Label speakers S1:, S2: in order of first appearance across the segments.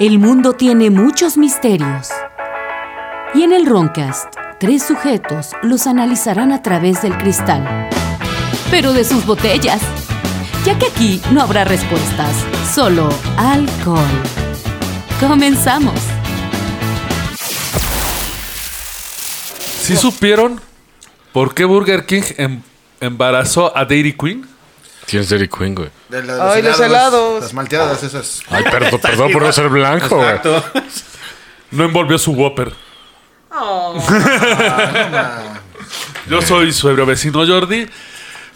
S1: El mundo tiene muchos misterios. Y en el Roncast, tres sujetos los analizarán a través del cristal. Pero de sus botellas. Ya que aquí no habrá respuestas, solo alcohol. Comenzamos.
S2: ¿Sí supieron por qué Burger King em- embarazó a Dairy Queen?
S3: ¿Quién es Dairy Queen, güey?
S4: De la-
S5: Ay, los helados.
S4: Las malteadas esas.
S3: Ay, perdón, perdón por no ser blanco, güey.
S2: No envolvió su Whopper. Yo soy su vecino Jordi.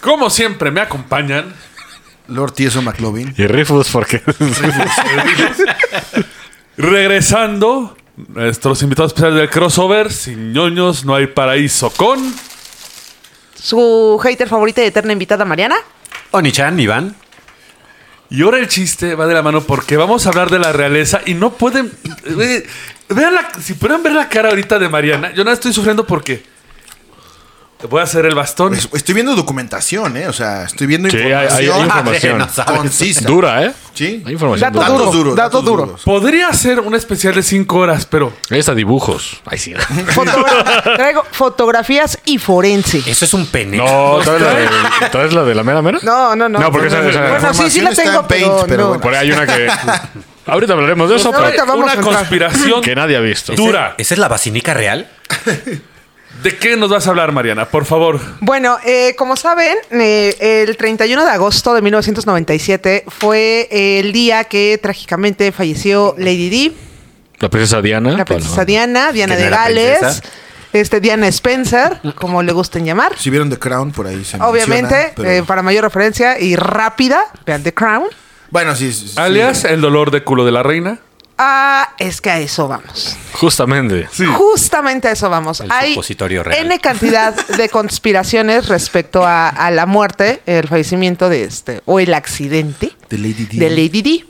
S2: Como siempre, me acompañan.
S4: Lord Tieso McLovin.
S3: Y Rifus, porque
S2: Regresando, nuestros invitados especiales del crossover. Sin ñoños, no hay paraíso con.
S5: Su hater favorita y eterna invitada, Mariana.
S6: Onichan, Iván.
S2: Y ahora el chiste va de la mano porque vamos a hablar de la realeza y no pueden. eh, vean la- si pueden ver la cara ahorita de Mariana, yo no estoy sufriendo porque. Voy a hacer el bastón.
S4: Pues, estoy viendo documentación, ¿eh? O sea, estoy viendo Ah,
S3: Sí, hay- hay información.
S6: No sabes.
S4: concisa.
S3: dura, ¿eh?
S4: Sí.
S3: Hay información
S5: Dato
S3: dura.
S5: duro.
S4: Datos duros.
S5: dato duro.
S4: duros.
S2: Podría ser un especial de 5 horas, pero
S3: Es a dibujos. Ay, sí.
S5: Fotogra- Traigo fotografías y forense.
S6: Eso es un pene.
S3: No, ¿traes la, de, traes la de la mera mera?
S5: No, no, no.
S3: No, porque esa, esa-
S5: Bueno, sí, sí
S4: información
S5: la
S4: está
S5: tengo,
S4: en Paint,
S5: pero,
S4: pero
S5: no.
S4: bueno.
S3: Por ahí hay una que. Ahorita hablaremos de eso,
S2: Fue
S5: Pues Ahorita
S3: pero
S5: vamos a
S2: una
S5: entrar.
S2: conspiración
S3: que nadie ha visto.
S2: Tú- dura.
S6: ¿Esa es la vacinica real?
S2: ¿De qué nos vas a hablar, Mariana? Por favor.
S5: Bueno, eh, como saben, eh, el 31 de agosto de 1997 fue el día que trágicamente falleció Lady Di,
S4: Ah,
S3: La princesa Diana.
S4: pues
S5: la princesa
S3: bueno.
S5: Diana, Diana
S6: Que no
S5: de
S6: era
S5: Gales,
S6: princesa.
S5: este, Diana Spencer, como le gusten llamar.
S4: Si vieron The Crown, por ahí se menciona,
S5: Obviamente,
S4: pero-
S5: eh, para mayor referencia y rápida, vean The Crown.
S4: Bueno, sí. sí, sí.
S2: Alias,
S3: eh,
S2: el dolor de culo de la reina.
S5: Ah, es que a eso vamos.
S3: Justamente.
S5: Justamente a eso vamos.
S6: El
S5: Hay
S6: supositorio real.
S5: N cantidad de conspiraciones respecto a, a la muerte, el fallecimiento de este, o el accidente
S4: De Lady Di.
S5: de Lady Di.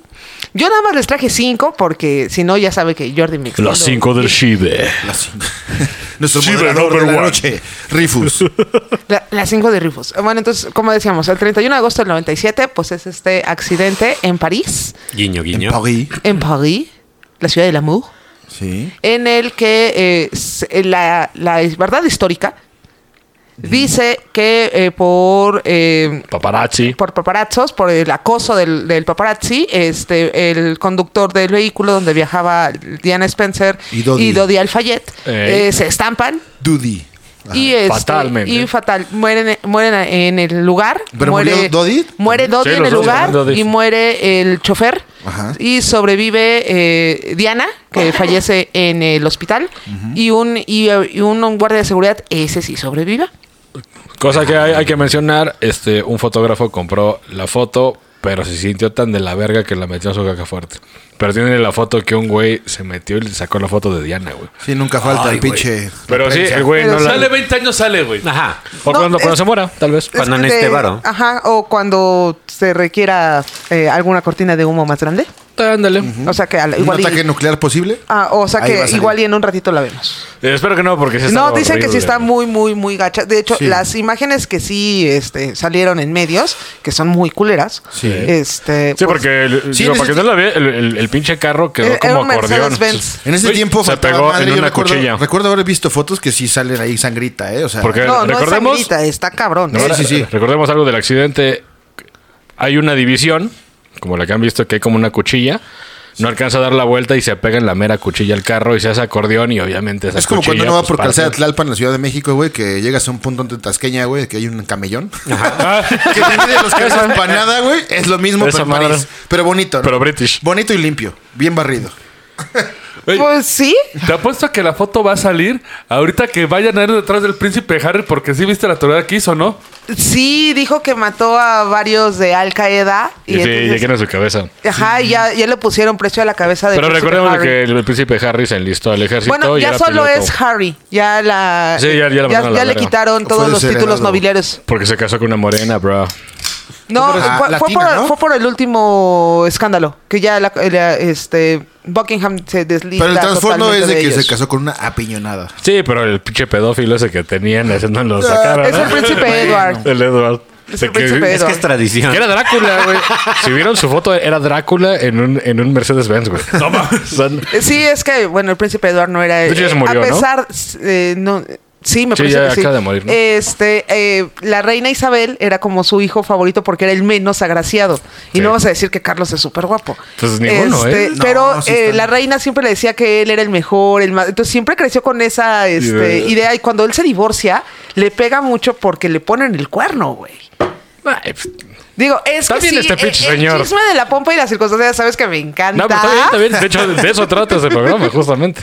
S5: Yo nada más les traje cinco porque si no ya sabe que Jordi me extiendo.
S3: Los cinco del Shibe.
S4: Las cinco. Nuestro
S3: Sí,
S4: moderador
S3: pero
S4: de la
S3: one.
S4: noche, Rifus.
S5: La- las cinco de Rifus. Bueno, entonces, como decíamos, el 31 de agosto del 97, pues es este accidente en París,
S6: Guiño,
S4: en
S6: guiño.
S4: París.
S5: en París, la ciudad del amor,
S4: Sí.
S5: en el que eh, se- la, la verdad histórica dice que eh, por... eh,
S3: Paparazzi.
S5: por paparazzos, por el acoso del, del paparazzi, este, el conductor del vehículo donde viajaba Diana Spencer
S4: Y Dodi.
S5: y Dodi Alfayet
S3: Ey.
S5: eh, se estampan
S4: Dudy.
S5: y, este,
S3: Fatalmente.
S5: y fatal mueren, mueren en el lugar.
S4: ¿Pero
S5: muere,
S4: murió Dodi?
S5: Muere Dodi
S3: Sí,
S5: en
S3: los
S5: el
S3: dos
S5: lugar
S3: murieron Dodi.
S5: y muere el chofer
S4: Ajá.
S5: y sobrevive eh, Diana que fallece en el hospital y un y, y un, un guardia de seguridad ese sí sobrevive.
S3: Cosa que hay, hay que mencionar, este, un fotógrafo compró la foto, pero se sintió tan de la verga que la metió en su caca fuerte. Pero tiene la foto que un güey se metió y le sacó la foto de Diana, güey.
S4: Sí, nunca falta
S6: Ay,
S4: el
S6: güey.
S4: pinche.
S3: Pero sí, el güey
S5: Pero
S3: no la...
S2: Sale 20 años, sale, güey.
S6: Ajá.
S3: O
S5: No,
S3: cuando, cuando
S5: es-
S3: se muera, tal vez.
S6: Cuando
S5: Es que
S6: en este
S5: te-
S6: varo.
S5: Ajá, o cuando se requiera eh, alguna cortina de humo más grande.
S3: Ándale.
S5: O sea que al-
S3: Mm.
S4: ¿Un
S5: igual. y-
S4: ataque nuclear posible?
S5: ah, o sea
S4: Ahí va a
S5: que
S4: salir.
S5: igual y en un ratito la vemos.
S3: Eh, Espero que no, porque sí
S5: no,
S3: estaba
S5: dicen que sí
S3: horrible.
S5: está muy, muy, muy gacha. De hecho,
S4: Sí.
S5: las imágenes que sí este, salieron en medios, que son muy culeras.
S4: Sí.
S5: Este,
S3: Sí,
S5: pues,
S3: porque el,
S4: Sí,
S3: digo,
S4: en
S3: para que
S4: ese-
S3: no la vea, el, el- el pinche carro quedó
S5: Eh, Era
S3: como
S5: un
S3: acordeón.
S5: Mercedes-Benz.
S4: En ese
S3: Uy,
S4: tiempo
S3: se
S4: faltaba
S3: pegó en
S4: yo
S3: una
S4: recuerdo,
S3: cuchilla.
S4: recuerdo haber visto fotos que sí salen ahí sangrita, ¿eh? O sea,
S3: Porque
S5: pues, No, no es
S3: recordemos-
S5: sangrita, está cabrón.
S4: No,
S5: ¿eh?
S3: Ahora,
S4: sí, sí.
S3: Recordemos algo del accidente. Hay una división, como la que han visto, que hay como una cuchilla. No alcanza a dar la vuelta y se pega en la mera cuchilla al carro y se hace acordeón y obviamente esa
S4: es como
S3: cuchilla,
S4: cuando uno va
S3: pues,
S4: por
S3: parte.
S4: calzada Tlalpan en la Ciudad de México, güey, que llegas a un punto entre Tasqueña, güey, que hay un camellón. que divide los quesos empanada, güey. Es lo mismo,
S3: Esa
S4: pero en
S3: madre.
S4: París. Pero bonito. ¿no?
S3: Pero british.
S4: Bonito y limpio. Bien barrido.
S2: Güey,
S5: Pues sí.
S2: Te apuesto a que la foto va a salir ahorita que vayan a ir detrás del príncipe Harry porque sí viste la teoría que hizo, ¿no?
S5: Sí, dijo que mató a varios de Al Qaeda.
S3: Y, sí,
S5: entonces-
S3: y que en su cabeza.
S5: Ajá, y ya, ya le pusieron precio a la cabeza de
S3: Pero
S5: Príncipe
S3: recordemos
S5: Harry.
S3: que el, el príncipe Harry se enlistó al ejército.
S5: Bueno,
S3: y
S5: ya
S3: era
S5: solo
S3: piloto
S5: es Harry. Ya la.
S3: Sí, ya- ya la mandaron a la
S5: le
S3: verga.
S5: quitaron
S4: Fue
S5: todos los títulos
S4: desheredado.
S5: nobiliarios.
S3: Porque se casó con una morena, bro.
S5: No,
S4: Fue por-
S5: fue,
S4: Ah,
S5: fue
S4: latina,
S5: por,
S4: ¿no?
S5: fue por el último escándalo. Que ya la, la- este, Buckingham se desliza.
S4: Pero el trasfondo es de, que se
S5: casó.
S4: casó con una apiñonada.
S3: Sí, pero el pinche pedófilo ese que tenían, ese no lo sacaron.
S5: Ah, Es el
S3: ¿no?
S5: príncipe Edward.
S3: El Edward.
S5: Es
S3: De
S5: el príncipe
S3: que-
S5: de
S6: Es que es tradición.
S3: Que era Drácula, güey. Si vieron su foto, era Drácula en un, en un Mercedes-Benz, güey.
S2: No mames.
S3: Son-
S5: Eh, Sí, es que, bueno, el príncipe Eduardo no era.
S3: De hecho, Pues ya se
S5: eh,
S3: murió,
S5: a
S3: ¿no?
S5: pesar. eh, no, sí, me
S3: Sí,
S5: parece
S3: ya
S5: que sí.
S3: acaba de morir, ¿no?
S5: Este, eh, la reina Isabel era como su hijo favorito porque era el menos agraciado. Y
S3: Sí.
S5: no vamos a decir que Carlos es súper guapo.
S3: Pues ninguno, ¿eh?
S4: No,
S5: pero
S4: sí
S5: eh,
S4: está-
S5: la reina siempre le decía que él era el mejor, el más. Entonces siempre creció con esa este,
S3: Idea.
S5: idea. Y cuando él se divorcia, le pega mucho porque le ponen el cuerno, güey.
S3: Ay, pues,
S5: Digo, es
S3: También
S5: que sí,
S3: este pinche
S5: eh, el,
S3: señor.
S5: chisme de la pompa y las circunstancias, sabes que me encanta.
S3: No, pues está bien, está bien. De hecho, de eso trata ese programa, justamente.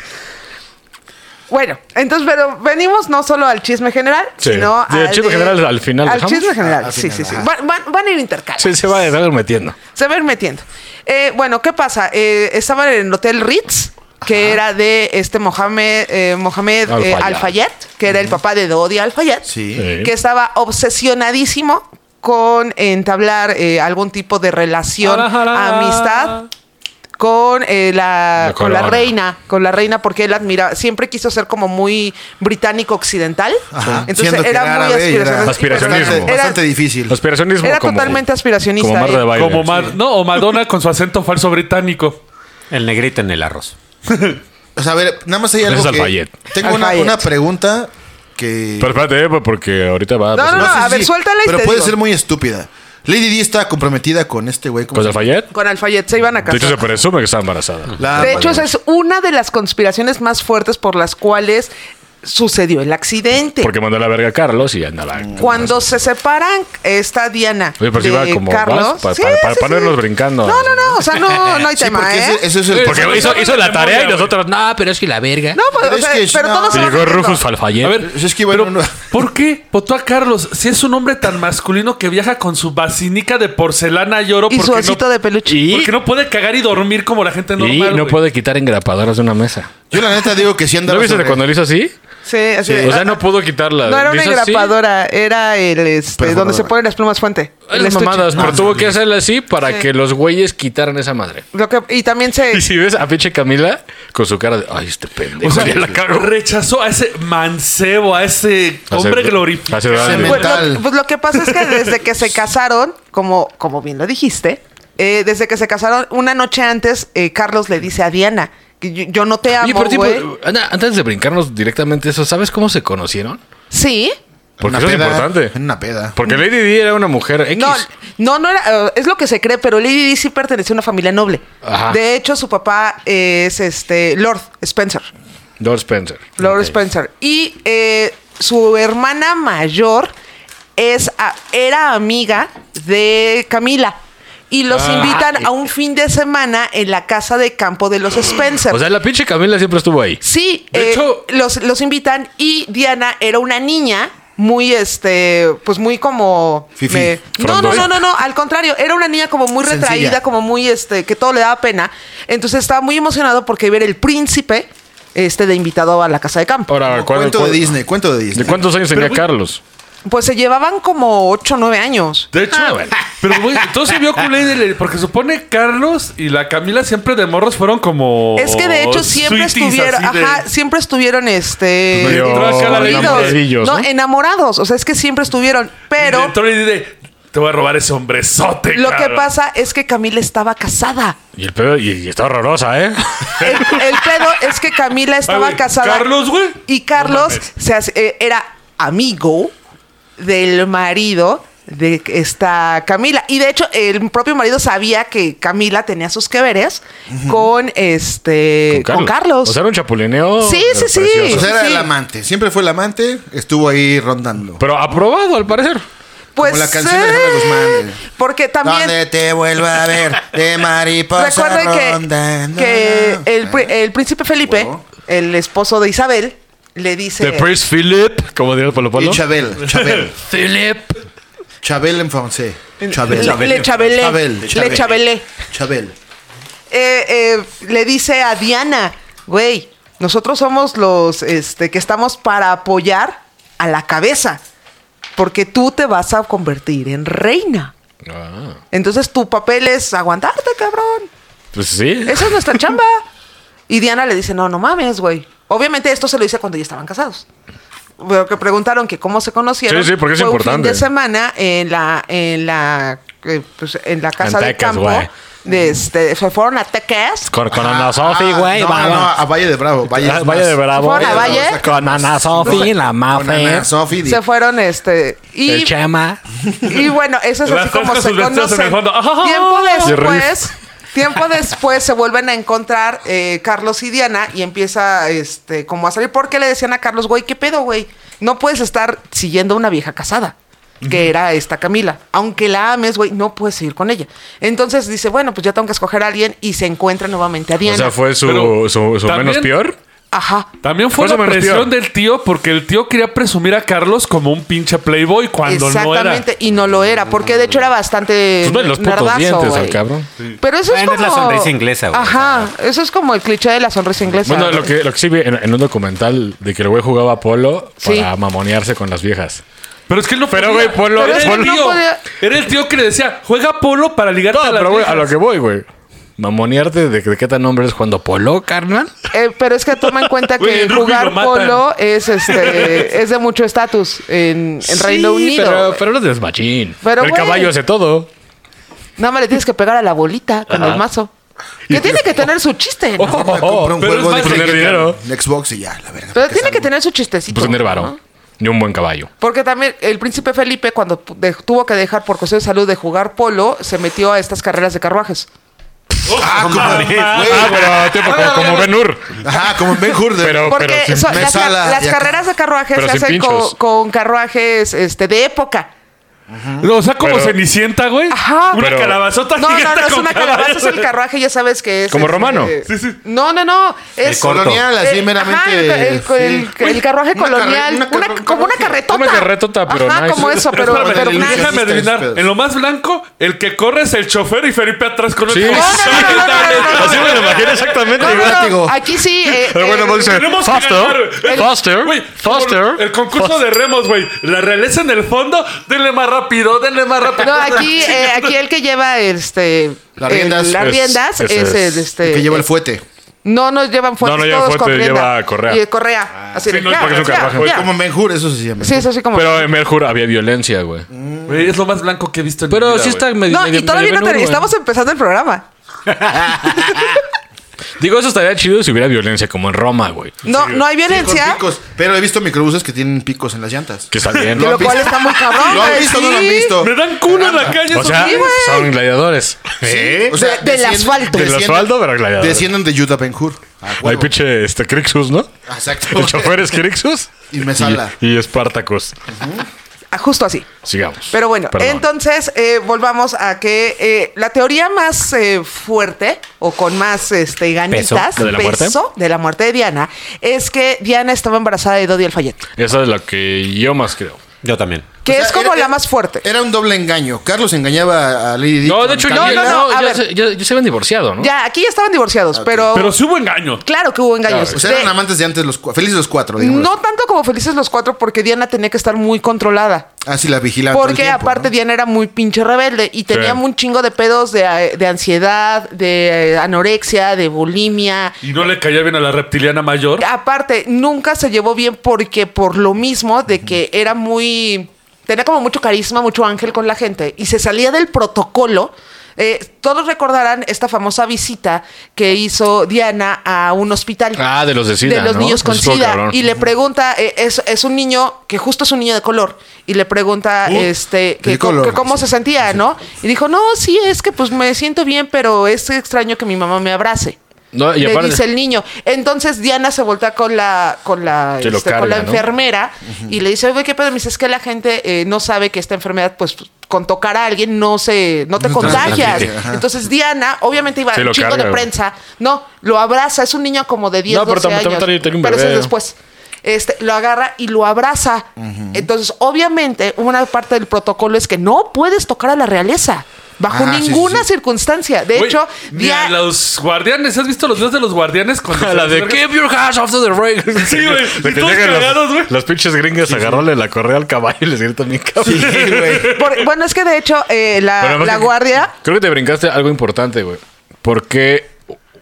S5: Bueno, entonces, pero venimos no solo al chisme general,
S3: Sí.
S5: sino
S3: Sí, el chisme general al final,
S5: Al
S3: ¿dejamos?
S5: chisme general,
S4: Ah, Al
S5: sí,
S4: final,
S5: sí, sí.
S4: ajá.
S5: Van, van- van a ir intercalados.
S3: Sí, se va a estar metiendo.
S5: Se van a ir metiendo. Eh, bueno, ¿qué pasa? Eh, estaban en el Hotel Ritz, que era de este Mohamed, eh, Mohamed eh,
S3: Al-Fayed.
S5: Al-Fayed, que era el papá de Dodi Al-Fayed,
S4: Sí.
S3: Sí.
S5: que estaba obsesionadísimo con entablar eh, algún tipo de relación,
S2: Ara, ara.
S5: amistad con eh, la,
S3: La
S5: con la
S3: corona.
S5: reina, con la reina porque él admira, siempre quiso ser como muy británico occidental,
S4: Ajá.
S5: entonces
S4: Siendo que
S5: era muy
S4: árabe y
S5: aspiracional-
S3: Aspiracionismo.
S4: Bastante,
S5: Era-
S4: bastante difícil.
S3: Aspiracionismo
S5: Era
S3: como-
S5: totalmente aspiracionista,
S3: Como Marta
S5: eh.
S3: de baile.
S2: Como Mad- no, o Madonna con su acento falso británico.
S6: El negrito en el arroz.
S4: O sea, a ver, nada más hay
S3: Ese
S4: algo
S3: Pues es
S4: que...
S3: Alfayet.
S4: Tengo una,
S5: Alfayet.
S4: una pregunta que...
S3: Pero espérate, eh, porque ahorita va... pues, a
S5: No, no,
S3: pasar-
S5: no,
S4: sé
S5: a
S4: si-
S5: ver, suéltala y
S4: Pero
S5: te
S4: puede
S5: digo.
S4: ser muy estúpida. Lady Di está comprometida con este güey. ¿cómo
S3: ¿Con
S4: se
S3: el
S4: llama?
S3: Fayette?
S5: con Alfayet se iban a
S3: De hecho, se
S5: casar.
S3: presume que está embarazada.
S4: La-
S5: De hecho, esa es una de las conspiraciones más fuertes por las cuales sucedió el accidente.
S3: Porque mandó a la verga a Carlos y andaba...
S5: Cuando se separan, está Diana.
S3: Oye, pero si
S5: de
S3: va como vas,
S5: Carlos.
S3: pa- pa- pa- para no irnos brincando.
S5: No, no, no. O sea, no, no hay
S4: Sí,
S5: tema,
S4: porque
S5: ¿eh?
S4: ese, ese es el...
S3: Porque
S2: Eso-
S3: hizo,
S2: eso
S3: hizo
S2: es
S3: la
S2: memoria,
S3: tarea y
S2: güey.
S3: nosotros... No, Ah, pero es que la verga.
S5: No, pues,
S4: Pero
S5: o
S4: es
S5: sea,
S4: que es
S5: pero
S4: una-
S5: todos
S3: Y
S5: se van
S3: llegó
S5: metiendo.
S3: Rufus Falfayet.
S2: A ver,
S4: Pues es que, bueno,
S2: pero,
S4: no-
S2: ¿por qué votó a Carlos si es un hombre tan masculino que viaja con su vacinica de porcelana y oro?
S5: Y su
S2: porque
S5: osito
S2: no,
S5: de peluche.
S3: Y-
S2: Porque no puede cagar y dormir como la gente normal.
S3: y no
S2: güey.
S3: puede quitar engrapadoras de una mesa.
S4: Yo la neta digo que sí
S3: ¿No
S4: andaba
S3: viste
S4: sobre-
S3: cuando lo hizo así?
S5: Sí, así de-
S3: O sea, no pudo quitarla.
S5: No era una
S3: Hizo así.
S5: engrapadora, era el este,
S4: Perforadora.
S5: donde se ponen las plumas fuente.
S3: Ay,
S5: el
S3: las
S5: estuche. Ah.
S3: mamadas,
S2: Ah,
S3: pero tuvo que hacerla así para
S5: Sí.
S3: que los güeyes quitaran esa madre.
S5: Lo que, y también
S3: Y
S5: se.
S3: si ves a pinche Camila con su cara de, ay, este pendejo.
S2: O sea,
S3: ya la cago".
S2: rechazó a ese mancebo, a ese hombre
S3: Hace-
S2: glorificado.
S3: hace daño.
S4: Cemento.
S5: Pues lo,
S4: Mental.
S5: pues lo que pasa es que desde que se casaron, como, como bien lo dijiste, eh, desde que se casaron, una noche antes, eh, Carlos le dice a Diana que yo, yo no te amo.
S3: Oye, pero pues, tipo,
S5: güey.
S3: anda, antes de brincarnos directamente eso, ¿sabes cómo se conocieron?
S5: Sí.
S3: Porque
S4: Una
S3: eso es
S4: peda,
S3: importante.
S4: en una peda.
S3: Porque Lady Di era una mujer X.
S5: Mm. No, no, no era, eh, es lo que se cree, pero Lady Di sí perteneció a una familia noble.
S3: Ajá.
S5: De hecho, su papá es este Lord Spencer.
S3: Lord Spencer.
S5: Lord
S3: Ok.
S5: Spencer. Y eh, su hermana mayor es a- era amiga de Camila. Y los
S3: Ah.
S5: invitan a un fin de semana en la casa de campo de los Spencer.
S3: O sea, la pinche Camila siempre estuvo ahí.
S5: sí,
S2: de
S5: eh,
S2: hecho-
S5: los, los invitan y Diana era una niña muy, este, pues muy como...
S4: Fifí,
S5: No, no,
S3: frondosa.
S5: no, no, no, al contrario, era una niña como muy
S4: Sencilla.
S5: retraída, como muy, este, que todo le daba pena. Entonces estaba muy emocionado porque iba a ver el príncipe, este, de invitado a la casa de campo.
S3: Ahora, ah, ¿cuál-
S4: cuento
S3: cuál-
S4: de Disney, cuento de Disney.
S3: ¿de cuántos años tenía Carlos?
S5: Pues se llevaban como 8 o 9 años.
S2: De hecho,
S3: Ah, bueno.
S2: pero güey, entonces vio culé de- porque supone Carlos y la Camila siempre de morros fueron como.
S5: es que de hecho siempre
S2: Oh, sweeties,
S5: estuvieron,
S2: así de-
S5: ajá, siempre estuvieron este
S3: Pues medio
S5: envolvidos,
S3: enamoradillos,
S5: ¿no?
S3: ¿no?
S5: enamorados, o sea, es que siempre estuvieron,
S2: Y
S5: pero
S2: le entró y dice, te voy a robar ese hombrezote.
S5: lo que
S2: cabrón".
S5: pasa es que Camila estaba casada.
S3: Y el pedo, y, y está horrorosa, ¿eh?
S5: El, el pedo es que Camila
S2: Ay,
S5: estaba
S2: güey,
S5: casada
S2: Carlos, güey.
S5: y
S2: No
S5: Carlos
S2: mames.
S5: se hace- eh, era amigo del marido de esta Camila. Y de hecho, el propio marido sabía que Camila tenía sus que veres con este con Carlos.
S3: O sea, era un chapulineo.
S5: Sí, sí, sí.
S4: O
S3: precioso.
S4: sea, era
S5: Sí.
S4: el amante. Siempre fue el amante. Estuvo ahí rondando.
S3: Pero aprobado, al parecer.
S5: Pues
S4: Como la canción de Alejandra Guzmán.
S5: Porque
S4: Donde
S5: también
S4: te vuelvo a ver de mariposa
S5: recuerden que,
S4: rondando.
S5: que el, pri- el príncipe Felipe,
S4: Huevo.
S5: el esposo de Isabel, le dice
S3: Prince Philip, como diría el Palo
S4: Y Chabel, Chabel.
S3: Philip.
S4: Chabel en francés. Chabel.
S5: le, le chabelé,
S4: Chabel,
S5: le chabelé.
S4: Chabel.
S5: Eh, eh, le dice a Diana, güey, nosotros somos los este, que estamos para apoyar a la cabeza, porque tú te vas a convertir en reina.
S3: Ah,
S5: Entonces tu papel es aguantarte, cabrón.
S3: pues sí.
S5: Esa es nuestra chamba. Y Diana le dice, no, no mames, güey. Obviamente esto se lo dice cuando ya estaban casados. pero que preguntaron que cómo se conocieron.
S3: Sí, sí, porque es
S5: fue Un
S3: importante.
S5: fin de semana en la, en la, eh, pues, en la casa
S3: En
S5: de
S3: Texas,
S5: campo.
S3: güey.
S5: De este, se fueron a Texas.
S6: Con, con
S4: Ah,
S6: Ana Sofi,
S4: ah,
S6: güey.
S4: No,
S6: va,
S4: no,
S6: va.
S4: a Valle de Bravo. Valle,
S3: Ah,
S4: es
S3: Valle
S4: más-
S3: de Bravo.
S5: ¿Fueron a Valle?
S6: Con Ana Sofi, la
S4: Con Ana
S6: mafe.
S4: Sofi. di-
S5: Se fueron, este.
S6: El
S5: Y,
S6: Chema.
S5: y bueno, eso es
S2: Las
S5: así
S2: tres
S5: como
S2: con
S5: se
S2: sus vestidos en el fondo.
S5: conocen.
S2: ¡Ah!
S5: Tiempo
S3: Y el
S5: después. Tiempo después se vuelven a encontrar eh, Carlos y Diana y empieza este como a salir. Porque le decían a Carlos, güey, ¿qué pedo, güey? No puedes estar siguiendo a una vieja casada, que era esta Camila. Aunque la ames, güey, no puedes seguir con ella. Entonces dice, bueno, pues ya tengo que escoger a alguien y se encuentra nuevamente a
S3: O
S5: Diana.
S3: sea, fue su,
S2: Pero
S3: su, su
S2: también-
S3: menos peor.
S5: Ajá.
S2: También fue
S3: Pues
S2: la
S3: me refiero.
S2: presión del tío porque el tío quería presumir a Carlos como un pinche playboy cuando no era.
S5: Exactamente, y no lo era, porque de hecho era bastante
S3: Pues ven los putos
S5: nerdazo,
S3: dientes al
S5: güey.
S3: cabrón.
S5: Pero eso es,
S6: Bueno,
S5: como...
S6: es la sonrisa inglesa, güey.
S5: Ajá, eso es como el cliché de la sonrisa inglesa.
S3: Bueno, lo que, lo que sí vi en, en un documental de que el güey jugaba polo
S5: Sí.
S3: para mamonearse con las viejas.
S2: Pero es que él no
S3: Pero,
S2: podía.
S3: güey, Polo-
S2: Era el
S5: Polo-
S2: tío.
S5: no podía-
S2: Era el tío que le decía, juega polo para ligarte a
S3: No,
S2: las
S3: pero güey, a
S2: viejas".
S3: lo que voy, güey. Mamonearte de, de qué tan hombre es cuando polo, carnal.
S5: Eh, pero es que toma en cuenta
S2: Güey,
S5: que
S2: en rugby lo
S5: jugar
S2: matan.
S5: polo es este es de mucho estatus en, en Reino
S3: Sí,
S5: Unido.
S3: Pero, pero no es machín.
S5: Pero,
S3: el
S5: güey.
S3: caballo hace todo.
S5: Nada más le tienes que pegar a la bolita con el mazo. Que tiene que tener su chiste. ¿no?
S3: Oh,
S4: Me compré un
S2: pero es
S4: juego de
S2: más
S3: tener
S4: Play-
S3: dinero.
S4: en Xbox y ya, la verga.
S5: Pero
S4: porque
S5: tiene que
S4: salgo.
S5: tener su chistecito.
S3: Pues tener
S5: ¿no?
S3: varón. Y un buen caballo.
S5: Porque también el príncipe Felipe, cuando pu- de- tuvo que dejar por cuestión de salud de jugar polo, se metió a estas carreras de carruajes.
S4: Ah, como, güey.
S3: Ah, pero tipo, como, como Ben Hur.
S4: Ajá, como en Ben Hur. de-
S3: Pero,
S5: Porque
S3: pero
S5: son-
S4: me
S5: las,
S4: sala
S5: las
S4: de acá.
S5: carreras de carruajes
S3: Pero
S5: se
S3: sin
S5: hacen con,
S3: pinchos.
S5: con carruajes este, de época.
S2: O sea, como
S3: Pero-
S2: cenicienta, güey.
S5: Ajá.
S2: Una
S3: Pero-
S2: calabazota
S5: No, no,
S2: gigante
S5: no es
S2: con
S5: una calabaza,
S2: caballos.
S5: es el carruaje, ya sabes que es.
S3: ¿Como
S5: este,
S3: romano?
S2: Sí, sí.
S5: No, no, no. Es
S6: corto.
S4: Colonial, así
S5: eh,
S4: meramente.
S5: ajá, el, el-
S4: sí.
S5: el- el
S4: Güey,
S5: carruaje
S4: una
S5: colonial,
S4: carre-
S5: una-
S4: carro-
S5: como una
S4: carruaje.
S5: carretota.
S3: Una carretota, pero
S5: Ajá,
S3: nice.
S5: como eso, pero,
S2: Espérame,
S5: pero
S4: del-
S5: nice.
S2: déjame
S4: Estos
S2: adivinar.
S4: pedos.
S2: En lo más blanco, el que corre es el chofer y Felipe atrás con el
S3: Sí.
S2: carro.
S3: No,
S5: no, no, no, no, no,
S3: Así me lo imagino exactamente.
S5: No, no, no,
S4: látigo.
S5: Aquí sí. eh,
S3: Pero bueno,
S5: eh,
S3: vos dices,
S2: Tenemos que
S3: faster,
S2: ganar.
S3: faster,
S2: Güey,
S3: faster.
S2: como El concurso
S3: faster".
S2: de remos, güey. La realeza en el fondo, denle más rápido, denle más rápido.
S5: No, aquí, eh, aquí el que lleva este.
S4: Las riendas.
S5: el- las
S3: Es-
S5: riendas es,
S3: ese es.
S5: el, este.
S4: El que lleva el fuete.
S5: No, no llevan fuentes
S3: No, no lleva
S5: todos con
S3: fuete,
S5: rienda.
S3: lleva correa. Ah,
S5: Y correa. así
S2: sí,
S5: de,
S2: no,
S5: ya,
S2: porque es un
S5: ya,
S3: carruaje.
S5: ya.
S4: Como en Ben Hur, eso se llama.
S5: Sí, es así como.
S3: Pero en Ben Hur había violencia, güey.
S2: Güey, es lo más blanco que he visto en mi
S3: Pero
S2: vida,
S3: sí
S2: güey.
S3: está eh, medio.
S5: no, y
S3: medio
S5: todavía no
S3: Ben Hur,
S5: te-
S3: güey.
S5: estamos empezando el programa.
S3: Digo, eso estaría chido si hubiera violencia, como en Roma, güey.
S5: No, no hay
S4: Con
S5: violencia.
S4: picos. Pero he visto microbuses que tienen picos en las llantas.
S3: Que está bien.
S5: Que
S4: ¿Lo
S5: lo
S4: han
S5: cual
S4: visto?
S5: está muy cabrón.
S4: ¿Lo han
S5: güey,
S4: visto o no lo han
S5: sí.
S4: visto?
S2: Me dan culo en la
S4: Caramba.
S2: calle.
S3: O
S2: esos
S3: sea,
S2: güey.
S3: son gladiadores. ¿Sí?
S4: O sea,
S5: De- del
S4: descienden-
S5: asfalto.
S3: ¿Eh? Del
S4: descienden-
S3: asfalto, pero gladiador.
S4: Descienden de Yuta Ben Hur. Ah,
S3: Hay
S4: huevo.
S3: pinche este, Crixus, ¿no?
S4: Exacto.
S3: El chofer es Crixus.
S4: Y me sala.
S3: Y, y Spartacus.
S5: Ah, Justo así.
S3: Sigamos.
S5: Pero bueno,
S3: Perdón.
S5: entonces eh, volvamos a que eh, la teoría más eh, fuerte o con más este, ganitas,
S3: ¿La de la muerte?
S5: de la muerte de Diana, es que Diana estaba embarazada de Dodi Alfayet,
S3: Esa es la que yo más creo.
S6: Yo también.
S5: que
S4: O sea,
S5: es como
S4: era-
S5: la más fuerte.
S4: Era un doble engaño. Carlos engañaba a Lady Di con
S5: No,
S4: Camila.
S5: no, no, a
S3: ya,
S5: ver.
S3: se- ya- ya se habían divorciado, ¿no?
S5: Ya, aquí ya estaban
S4: Ah,
S5: divorciados, pero,
S2: Pero sí hubo engaño.
S5: claro que hubo engaños.
S4: O sea, eran
S5: De-
S4: amantes de antes los cua- felices los cuatro, digamos.
S5: no tanto como felices los cuatro, porque Diana tenía que estar muy controlada.
S4: Ah, sí, la vigilaban. todo el
S5: Porque
S4: tiempo,
S5: aparte
S4: ¿no?
S5: Diana era muy pinche rebelde y tenía
S3: Sí.
S5: un chingo de pedos de, eh, de ansiedad, de eh, anorexia, de bulimia.
S2: Y no le caía bien a la reptiliana mayor.
S5: Aparte, nunca se llevó bien porque por lo mismo de que era muy... Tenía como mucho carisma, mucho ángel con la gente y se salía del protocolo. Eh, todos recordarán esta famosa visita que hizo Diana a un hospital
S3: Ah, de los de SIDA,
S5: de los
S3: ¿no?
S5: niños con
S3: Eso estuvo
S5: SIDA.
S3: cabrón.
S5: Y le pregunta, eh, es, es un niño que justo es un niño de color. Y le pregunta,
S4: Uh,
S5: este,
S4: ¿de
S5: que, co-
S4: color?
S5: que cómo se sentía, ¿no? Y dijo, no, sí, es que pues me siento bien, pero es extraño que mi mamá me abrace.
S3: No, y
S5: le
S3: aparte-
S5: dice el niño. Entonces Diana se voltea con la, con la,
S3: Se lo
S5: este,
S3: carga,
S5: con la
S3: ¿no?
S5: enfermera y le dice, oye, qué pedo, me dice, es que la gente eh, no sabe que esta enfermedad, pues, con tocar a alguien no se, no
S4: No
S5: te
S4: te
S5: contagias.
S4: transmite, ajá.
S5: Entonces Diana, obviamente iba
S3: Se
S5: un
S3: lo
S5: chingo
S3: carga,
S5: de
S3: güey.
S5: prensa, no, lo abraza, es un niño como de 10 10,
S3: No, pero
S5: 12
S3: también-
S5: años.
S3: también tenía un
S5: Pero eso
S3: bebé.
S5: es después. Este, lo agarra y lo abraza. Entonces, obviamente, una parte del protocolo es que no puedes tocar a la realeza. Bajo
S4: Ah, sí, sí,
S5: ninguna
S4: sí.
S5: circunstancia. De
S2: Güey,
S5: hecho,
S2: ni
S5: Dia-
S2: a los guardianes. ¿Has visto los videos de los guardianes? Cuando
S3: la de Keep your hands off the rail.
S2: Sí, güey.
S3: De
S2: Y
S3: que
S2: todos
S3: llegan
S2: cagados, güey.
S3: los, los pinches gringas agarróle la correa al caballo y les gritan bien cabrón.
S4: Sí, güey.
S5: por- bueno, es que de hecho, eh,
S3: Pero
S5: la,
S3: además
S5: la
S3: que-
S5: guardia.
S3: Creo que te brincaste algo importante, güey. Porque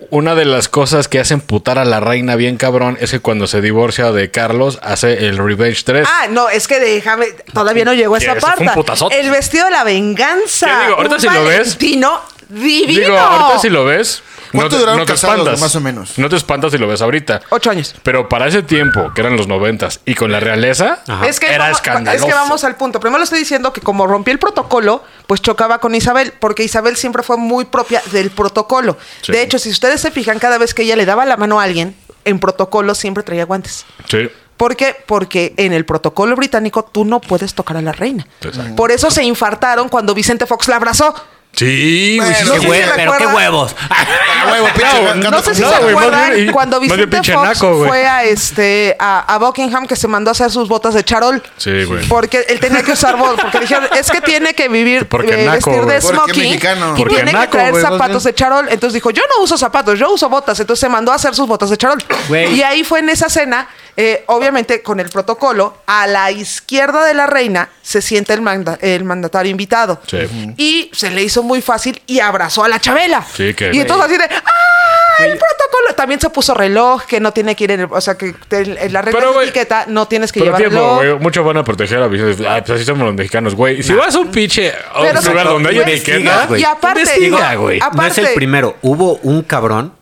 S3: una de las cosas que hace emputar a la reina bien cabrón es que cuando se divorcia de Carlos hace el Revenge 3.
S5: Ah, no, es que déjame, todavía no llegó a esa
S3: Eso fue
S5: parte.
S3: un putazote.
S5: El vestido de la venganza.
S3: Yo digo, ahorita
S5: Un
S3: si lo ves-
S5: Valentino divino.
S3: Digo, ahorita si lo ves, no
S4: ¿Cuánto
S3: te,
S4: duraron
S3: no te
S4: casados,
S3: espantas.
S4: más o menos?
S3: No te espantas si lo ves ahorita.
S5: Ocho años.
S3: Pero para ese tiempo, que eran los noventas, y con la realeza,
S5: Es que,
S3: era
S5: vamos,
S3: escandaloso.
S5: es que vamos al punto. Primero le estoy diciendo que como rompí el protocolo, pues chocaba con Isabel, porque Isabel siempre fue muy propia del protocolo.
S3: Sí.
S5: De hecho, si ustedes se fijan, cada vez que ella le daba la mano a alguien, en protocolo siempre traía guantes.
S3: Sí.
S5: ¿Por qué? Porque en el protocolo británico tú no puedes tocar a la reina.
S3: Exacto.
S5: Por eso se infartaron cuando Vicente Fox la abrazó.
S3: Sí, güey,
S4: Bueno,
S3: sí,
S5: no
S6: Qué
S5: sé si
S6: hue-
S5: se
S6: pero qué
S5: acuerdan.
S6: huevos.
S4: A Ah, huevo, pinche
S3: No,
S4: gato
S5: No sé si
S4: con-
S3: No,
S5: se
S3: güey, más
S5: acuerdan
S3: bien- y-
S5: cuando
S3: más bien
S5: Vicente
S3: pinche
S5: Fox
S3: naco, güey.
S5: fue a este a, a Buckingham que se mandó a hacer sus botas de charol.
S3: Sí, güey.
S5: Porque él tenía que usar botas. Porque dijeron, es que tiene que vivir
S3: Porque
S5: eh,
S3: naco,
S5: vestir de
S3: güey.
S4: Porque
S5: smoking.
S4: mexicano.
S5: Y
S3: Porque
S5: tiene
S3: naco,
S5: que traer
S3: güey, más
S5: zapatos
S3: bien.
S5: de charol. Entonces dijo, yo no uso zapatos, yo uso botas. Entonces se mandó a hacer sus botas de charol.
S6: Güey.
S5: Y ahí fue en esa cena, eh, obviamente con el protocolo, a la izquierda de la reina se sienta el, manda- el mandatario invitado.
S3: Sí. Ujú.
S5: Y se le hizo muy fácil y abrazó a la Chabela.
S3: Sí, que-
S5: y entonces así de, ¡ah! el protocolo también se puso reloj que no tiene que ir en el, o sea que te- en la regla
S3: Pero,
S5: de
S3: güey,
S5: etiqueta no tienes que
S3: Pero
S5: llevar
S3: tiempo,
S5: reloj
S3: güey. Muchos van a proteger a Vicente. Ah, pues así somos los mexicanos, güey. Si vas a un pinche a un
S5: Pero se-
S3: lugar donde hay
S6: Pues,
S5: güey,
S3: etiqueta,
S5: no, y aparte,
S6: Investiga,
S5: digo,
S6: Pues, güey. No es
S5: aparte-
S6: el primero. Hubo un cabrón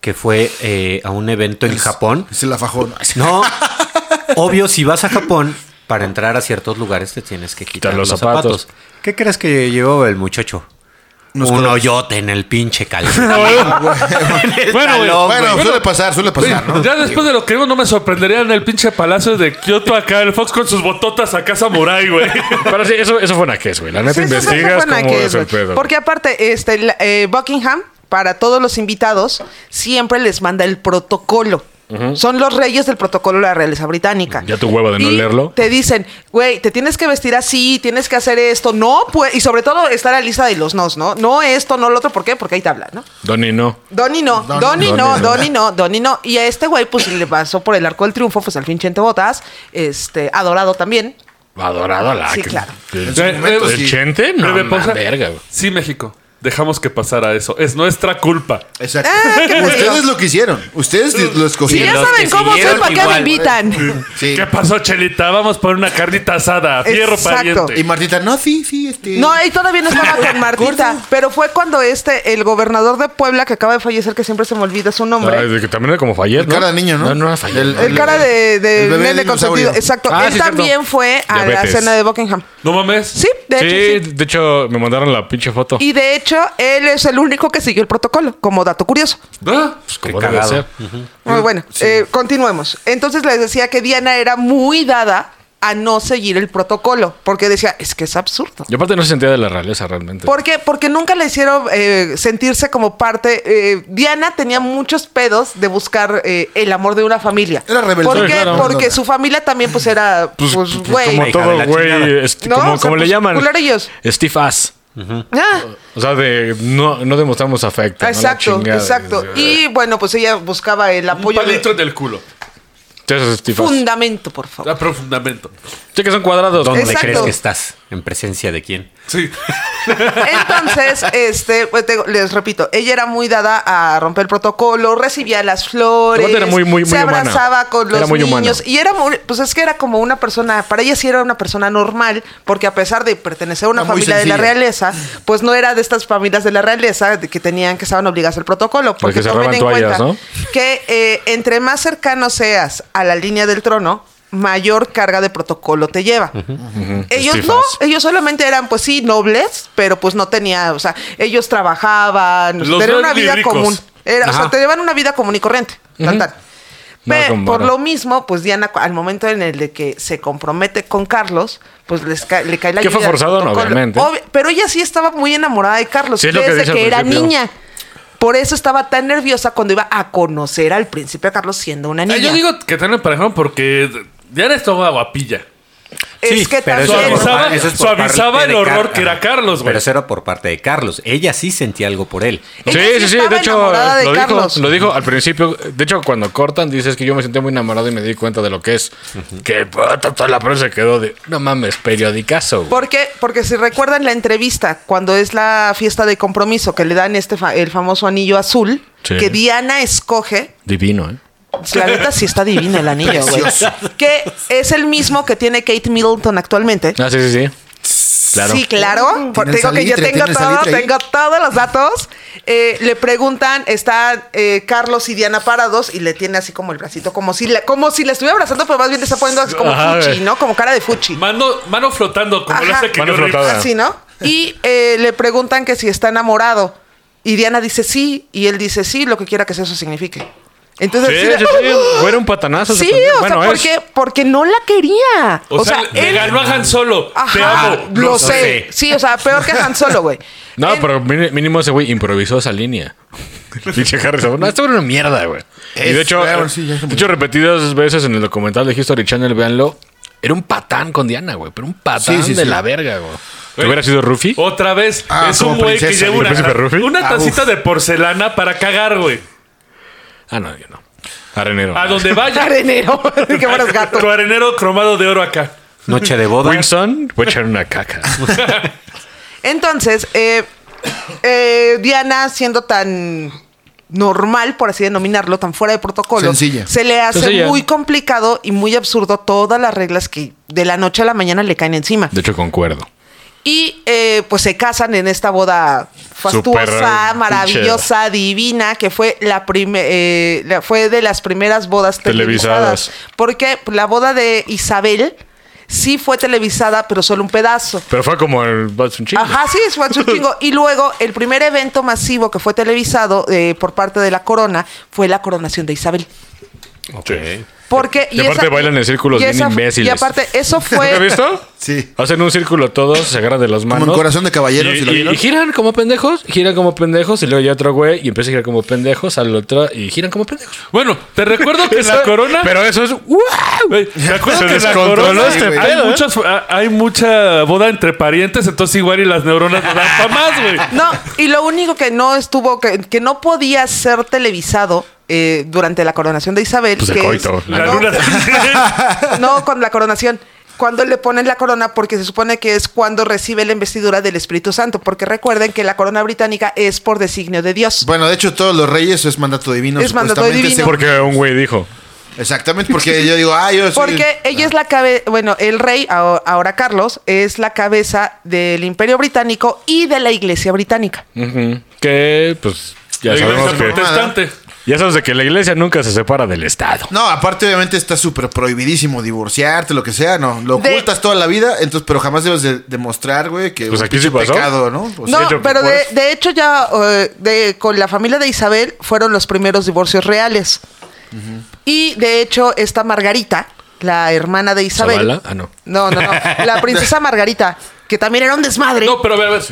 S6: que fue eh, a un evento en Japón.
S4: Se la fajó. No,
S6: No, obvio, si vas a Japón, para entrar a ciertos lugares te tienes que quitar
S3: Quitar los
S6: los, zapatos.
S3: zapatos.
S6: ¿Qué crees que llevaba el muchacho?
S4: Unos
S6: un
S4: colores.
S6: hoyote en el pinche calzón. En el
S2: Bueno, güey,
S6: talón,
S4: Bueno,
S6: güey.
S4: suele pasar, suele pasar, ¿no?
S2: Ya después de lo que vimos, no me sorprendería en el pinche palacio de Kioto acá, el Fox con sus bototas acá samurai, güey.
S3: Pero sí, eso, eso fue una que es, güey. La neta
S5: Sí, eso- eso
S3: investigas
S5: fue una
S3: cómo
S5: que
S3: es el
S5: güey.
S3: pedo.
S5: Porque aparte, este, el, eh, Buckingham, para todos los invitados, siempre les manda el protocolo. Son los reyes del protocolo de la realeza británica.
S3: Ya tu huevo de no
S5: Y
S3: leerlo.
S5: Te dicen, güey, te tienes que vestir así, tienes que hacer esto, no, pues, y sobre todo está la lista de los nos, ¿no? No esto, no lo otro, ¿por qué? Porque ahí te habla, ¿no?
S3: Donnie, no.
S5: Donny no,
S4: Donny
S5: Donny no,
S4: no.
S5: Donny no, Donny no. Y a este güey, pues le pasó por el arco del triunfo, pues al fin Chente Botas, este, adorado también.
S3: Adorado la
S5: Sí,
S3: que-
S5: claro.
S3: El,
S4: su momento,
S3: el
S4: sí.
S3: chente, no.
S2: Breve
S3: man,
S2: pausa.
S3: verga, güey.
S2: Sí, México. Dejamos que pasara eso. Es nuestra culpa.
S4: Exacto.
S5: Ah, ¿qué te
S4: Ustedes
S5: digo?
S4: lo quisieron. Ustedes lo
S5: Si ya
S4: escogieron.
S6: los
S5: saben
S6: que
S5: cómo soy,
S6: siguieron
S5: ¿para qué me
S6: igual.
S5: invitan?
S4: Sí.
S2: ¿Qué pasó, Chelita? Vamos por una carnita asada. Fierro
S5: Exacto.
S4: Y
S2: pariente.
S4: Martita, no, sí, sí, este.
S5: No, ahí todavía no estaba con Martita, pero fue cuando este, el gobernador de Puebla, que acaba de fallecer, que siempre se me olvida su nombre,
S3: Ah, de que también era como Fayette,
S4: El cara de niño, ¿no?
S3: No, no era Fayette.
S4: El-
S5: el cara de, de
S4: el bebé
S5: nene
S4: dinosaurio.
S5: consentido, exacto,
S3: Ah, sí,
S5: él
S3: cierto.
S5: también fue a
S3: Diabetes.
S5: la cena de Buckingham.
S2: No mames.
S5: Sí, de hecho, sí.
S3: sí, de hecho, me mandaron la pinche foto.
S5: Y de hecho, él es el único que siguió el protocolo, como dato curioso.
S2: Ah,
S3: Pues,
S6: Qué
S3: como debe
S6: cagado.
S3: ser.
S5: Muy bueno, eh, continuemos. Entonces les decía que Diana era muy dada a no seguir el protocolo, porque decía, es que es absurdo.
S3: Y aparte no se sentía de la realeza realmente.
S5: ¿Por qué? Porque nunca le hicieron eh, sentirse como parte. eh, Diana tenía muchos pedos de buscar eh, el amor de una familia.
S4: Era rebelde.
S5: ¿Por
S3: Sí,
S5: qué?
S3: claro.
S5: Porque su familia también, pues, era. Pues, güey.
S3: como
S6: hija de
S3: todo,
S6: la
S3: güey.
S6: chingada.
S3: este,
S5: No,
S3: como
S5: o sea,
S3: como le
S5: pues,
S3: llaman.
S5: culerillos.
S3: Steve Ass.
S5: Ah,
S3: O sea, de no, no demostramos afecto. ¿no? La
S5: exacto,
S3: chingada.
S5: exacto. Y bueno, pues ella buscaba el
S2: un
S5: apoyo. de-
S2: palito en el culo.
S3: Entonces, Steve Ass.
S5: Fundamento, por favor.
S2: Da profundamento.
S3: Sí, que son cuadrados.
S6: ¿Dónde
S5: Exacto.
S6: crees que estás? ¿En presencia de quién?
S2: Sí.
S5: Entonces, este, pues te- les repito, ella era muy dada a romper el protocolo, recibía las flores,
S3: Aparte era muy, muy,
S5: se
S3: muy humana.
S5: abrazaba con los
S3: Era muy
S5: niños
S3: humana.
S5: y era muy, pues es que era como una persona, para ella sí era una persona normal, porque a pesar de pertenecer a una
S4: Era muy
S5: familia de la
S4: sencilla.
S5: realeza, pues no era de estas familias de la realeza de que tenían que estaban obligadas al protocolo, porque
S3: se
S5: tomen
S3: roban
S5: en
S3: toallas,
S5: cuenta
S3: ¿no?
S5: que eh, entre más cercano seas a la línea del trono, mayor carga de protocolo te lleva. Ellos
S3: Estifas.
S5: no, ellos solamente eran, pues sí, nobles, pero pues no tenía, o sea, ellos trabajaban, o sea,
S2: Los
S5: tenían una
S2: nobles
S5: vida
S2: ricos.
S5: común. Era, o sea,
S6: Ajá.
S5: te llevan una vida común y corriente. tal, tal.
S3: No,
S5: Pe-
S3: con
S5: por
S3: vara.
S5: lo mismo, pues Diana, cu- al momento en el de que se compromete con Carlos, pues les ca- le cae la
S3: Que fue
S5: lluvia del
S3: forzado, no,
S5: protocolo.
S3: obviamente.
S5: Obvi- pero ella sí estaba muy enamorada de Carlos
S3: Sí, es lo que
S5: desde
S3: dice
S5: que,
S3: al
S5: era
S3: principio.
S5: niña. Por eso estaba tan nerviosa cuando iba a conocer al príncipe Carlos siendo una
S2: Ah,
S5: niña.
S2: Yo digo que también emparejaron porque ya era esto guapilla.
S5: es
S6: Sí,
S5: que
S6: pero eso
S5: también-
S6: era por
S2: Suavizaba-
S6: par- eso es por
S2: suavizaba
S6: parte
S2: el
S6: de Car-
S2: horror que era
S6: Ajá.
S2: Carlos, güey.
S6: Pero eso era por parte de Carlos. Ella sí sentía algo por él.
S5: Ella
S3: Sí,
S5: sí
S3: sí, sí.
S5: estaba
S3: De hecho,
S5: enamorada de
S3: lo dijo,
S5: Carlos.
S3: lo dijo al principio. De hecho, cuando cortan, dices que yo me sentí muy enamorado y me di cuenta de lo que es. Que puta, toda la prensa quedó de. No mames, periodicazo. güey".
S5: ¿Por qué? Porque si recuerdan la entrevista, cuando es la fiesta de compromiso que le dan este fa- el famoso anillo azul,
S3: Sí.
S5: que Diana escoge.
S3: Divino, ¿eh?
S5: La neta sí está divino el anillo, güey.
S4: Precioso.
S5: Que es el mismo que tiene Kate Middleton actualmente.
S3: Ah, sí, sí, sí. Claro.
S5: Sí, claro. Por-
S4: Tiene
S5: Digo que yo
S4: salitre,
S5: tengo
S4: tiene
S5: todo,
S4: salitre ahí.
S5: tengo todos los datos. Eh, le preguntan, están eh, Carlos y Diana parados y le tiene así como el bracito, como si le, como si le estuviera abrazando, pero más bien le está poniendo así como
S3: Ajá,
S5: fuchi,
S3: güey.
S5: ¿no? Como cara de fuchi.
S2: Mano, mano flotando, como lo
S5: Ajá.
S2: hace que
S3: Mano
S2: yo rip-
S3: flotada.
S5: Así, ¿no? Y eh, le preguntan que si está enamorado. Y Diana dice sí, y él dice sí, lo que quiera que eso signifique. Entonces,
S3: Sí,
S5: así
S3: sí,
S5: de-
S3: sí. Fue un patanazo. ese
S5: Pues Sí,
S3: pendejo.
S5: o sea,
S3: Bueno, es.
S5: porque, porque no la quería.
S2: O, sea, le
S5: él-
S2: ganó a Han Solo. Te
S5: Ajá,
S2: amo.
S5: lo, sé. Sí, o sea, peor que Han Solo, güey.
S3: No,
S5: Él-
S3: pero mini- mínimo ese güey improvisó esa línea. Pinche Harrison. No, esto era una mierda, güey. Y de
S4: Es-
S3: hecho, eh,
S4: claro, sí, ya
S3: de
S4: se murió.
S3: hecho, repetidas veces en el documental de History Channel, véanlo. Era un patán con Diana, güey. Pero un patán
S4: Sí, sí,
S3: de
S4: sí.
S3: la verga, güey. ¿Que hubiera sido Rufi?
S2: Otra vez,
S4: Ah,
S2: es un
S4: como
S2: güey que
S4: princesa,
S2: lleva
S4: mi
S2: una,
S3: príncipe Rufi.
S2: una
S4: Ah,
S2: tacita
S4: uf.
S2: de porcelana para cagar, güey.
S3: Ah, no, yo no. Arenero.
S2: A donde vaya.
S5: Arenero. Qué buenos gatos.
S2: Tu arenero cromado de oro acá.
S6: Noche de boda.
S3: Winston, voy a echar una caca.
S5: Entonces, eh, eh, Diana, siendo tan normal, por así denominarlo, tan fuera de protocolo,
S4: Sencilla.
S5: se le hace
S3: Sencilla.
S5: muy complicado y muy absurdo todas las reglas que de la noche a la mañana le caen encima.
S3: De hecho, concuerdo.
S5: Y eh, pues se casan en esta boda fastuosa,
S3: Súper
S5: maravillosa, divina, que fue la prime- eh, la- fue de las primeras bodas televisadas.
S3: Televisadas.
S5: Porque la boda de Isabel sí fue televisada, pero solo un pedazo.
S3: Pero fue como el Batsun Chingo.
S5: Ajá, sí, es un chingo. Y luego, el primer evento masivo que fue televisado eh, por parte de la corona fue la coronación de Isabel.
S3: Ok.
S5: Porque.
S3: Y aparte bailan en círculos
S5: y
S3: bien imbéciles.
S5: Y aparte, eso
S3: ¿Nunca has
S5: fue.
S3: visto?
S4: Sí.
S3: Hacen un círculo todos, se agarran de las manos.
S4: Como en Corazón de Caballero,
S3: Y,
S4: si lo
S3: y-
S4: vieron.
S3: y giran como pendejos, giran como pendejos, y luego ya otro güey y empieza a girar como pendejos, al otro y giran como pendejos.
S2: Bueno, te recuerdo que en la corona.
S3: Pero eso es.
S2: Güey, ¿Te acuerdas
S3: Se
S2: que en la
S3: descontroló
S2: corona
S4: este
S2: hay,
S3: pedo, ¿eh?
S2: muchas- a- hay mucha boda entre parientes, entonces igual y las neuronas no dan para más, güey.
S5: No, y lo único que no estuvo, que, que no podía ser televisado eh, durante la coronación de Isabel.
S3: Pues el
S5: que
S3: coito,
S5: es-
S2: La
S5: no,
S2: luna.
S5: no, con la coronación. Cuando le ponen la corona, porque se supone que es cuando recibe la investidura del Espíritu Santo. Porque recuerden que la corona británica es por designio de Dios.
S4: Bueno, de hecho, todos los reyes es mandato divino.
S5: Es mandato
S4: supuestamente,
S5: divino.
S3: Porque un güey dijo.
S4: se- Exactamente, porque yo digo, ah, yo soy...
S5: Porque ella es la cabeza, bueno, el rey, aho- ahora Carlos, es la cabeza del Imperio Británico y de la Iglesia Británica.
S3: "Ujú", Que pues ya
S2: La
S3: sabemos
S2: iglesia
S3: que.
S4: por-
S2: protestante.
S3: Ya sabes de que la iglesia nunca se separa del Estado.
S4: No, aparte obviamente está súper prohibidísimo divorciarte, lo que sea, ¿no? Lo
S5: De-
S4: ocultas toda la vida, entonces, pero jamás debes de demostrar, güey, que
S3: Pues
S4: un
S3: aquí sí
S4: pinche
S3: pasó.
S4: pecado, ¿no? O sea,
S5: no,
S3: yo-
S5: pero de,
S3: pues-
S5: de hecho ya eh, de, con la familia de Isabel fueron los primeros divorcios reales. Y de hecho esta Margarita, la hermana de Isabel.
S3: ¿Zavala? Ah, no.
S5: No, no, no. La princesa Margarita, que también era un desmadre.
S2: No, pero a ver, a ver.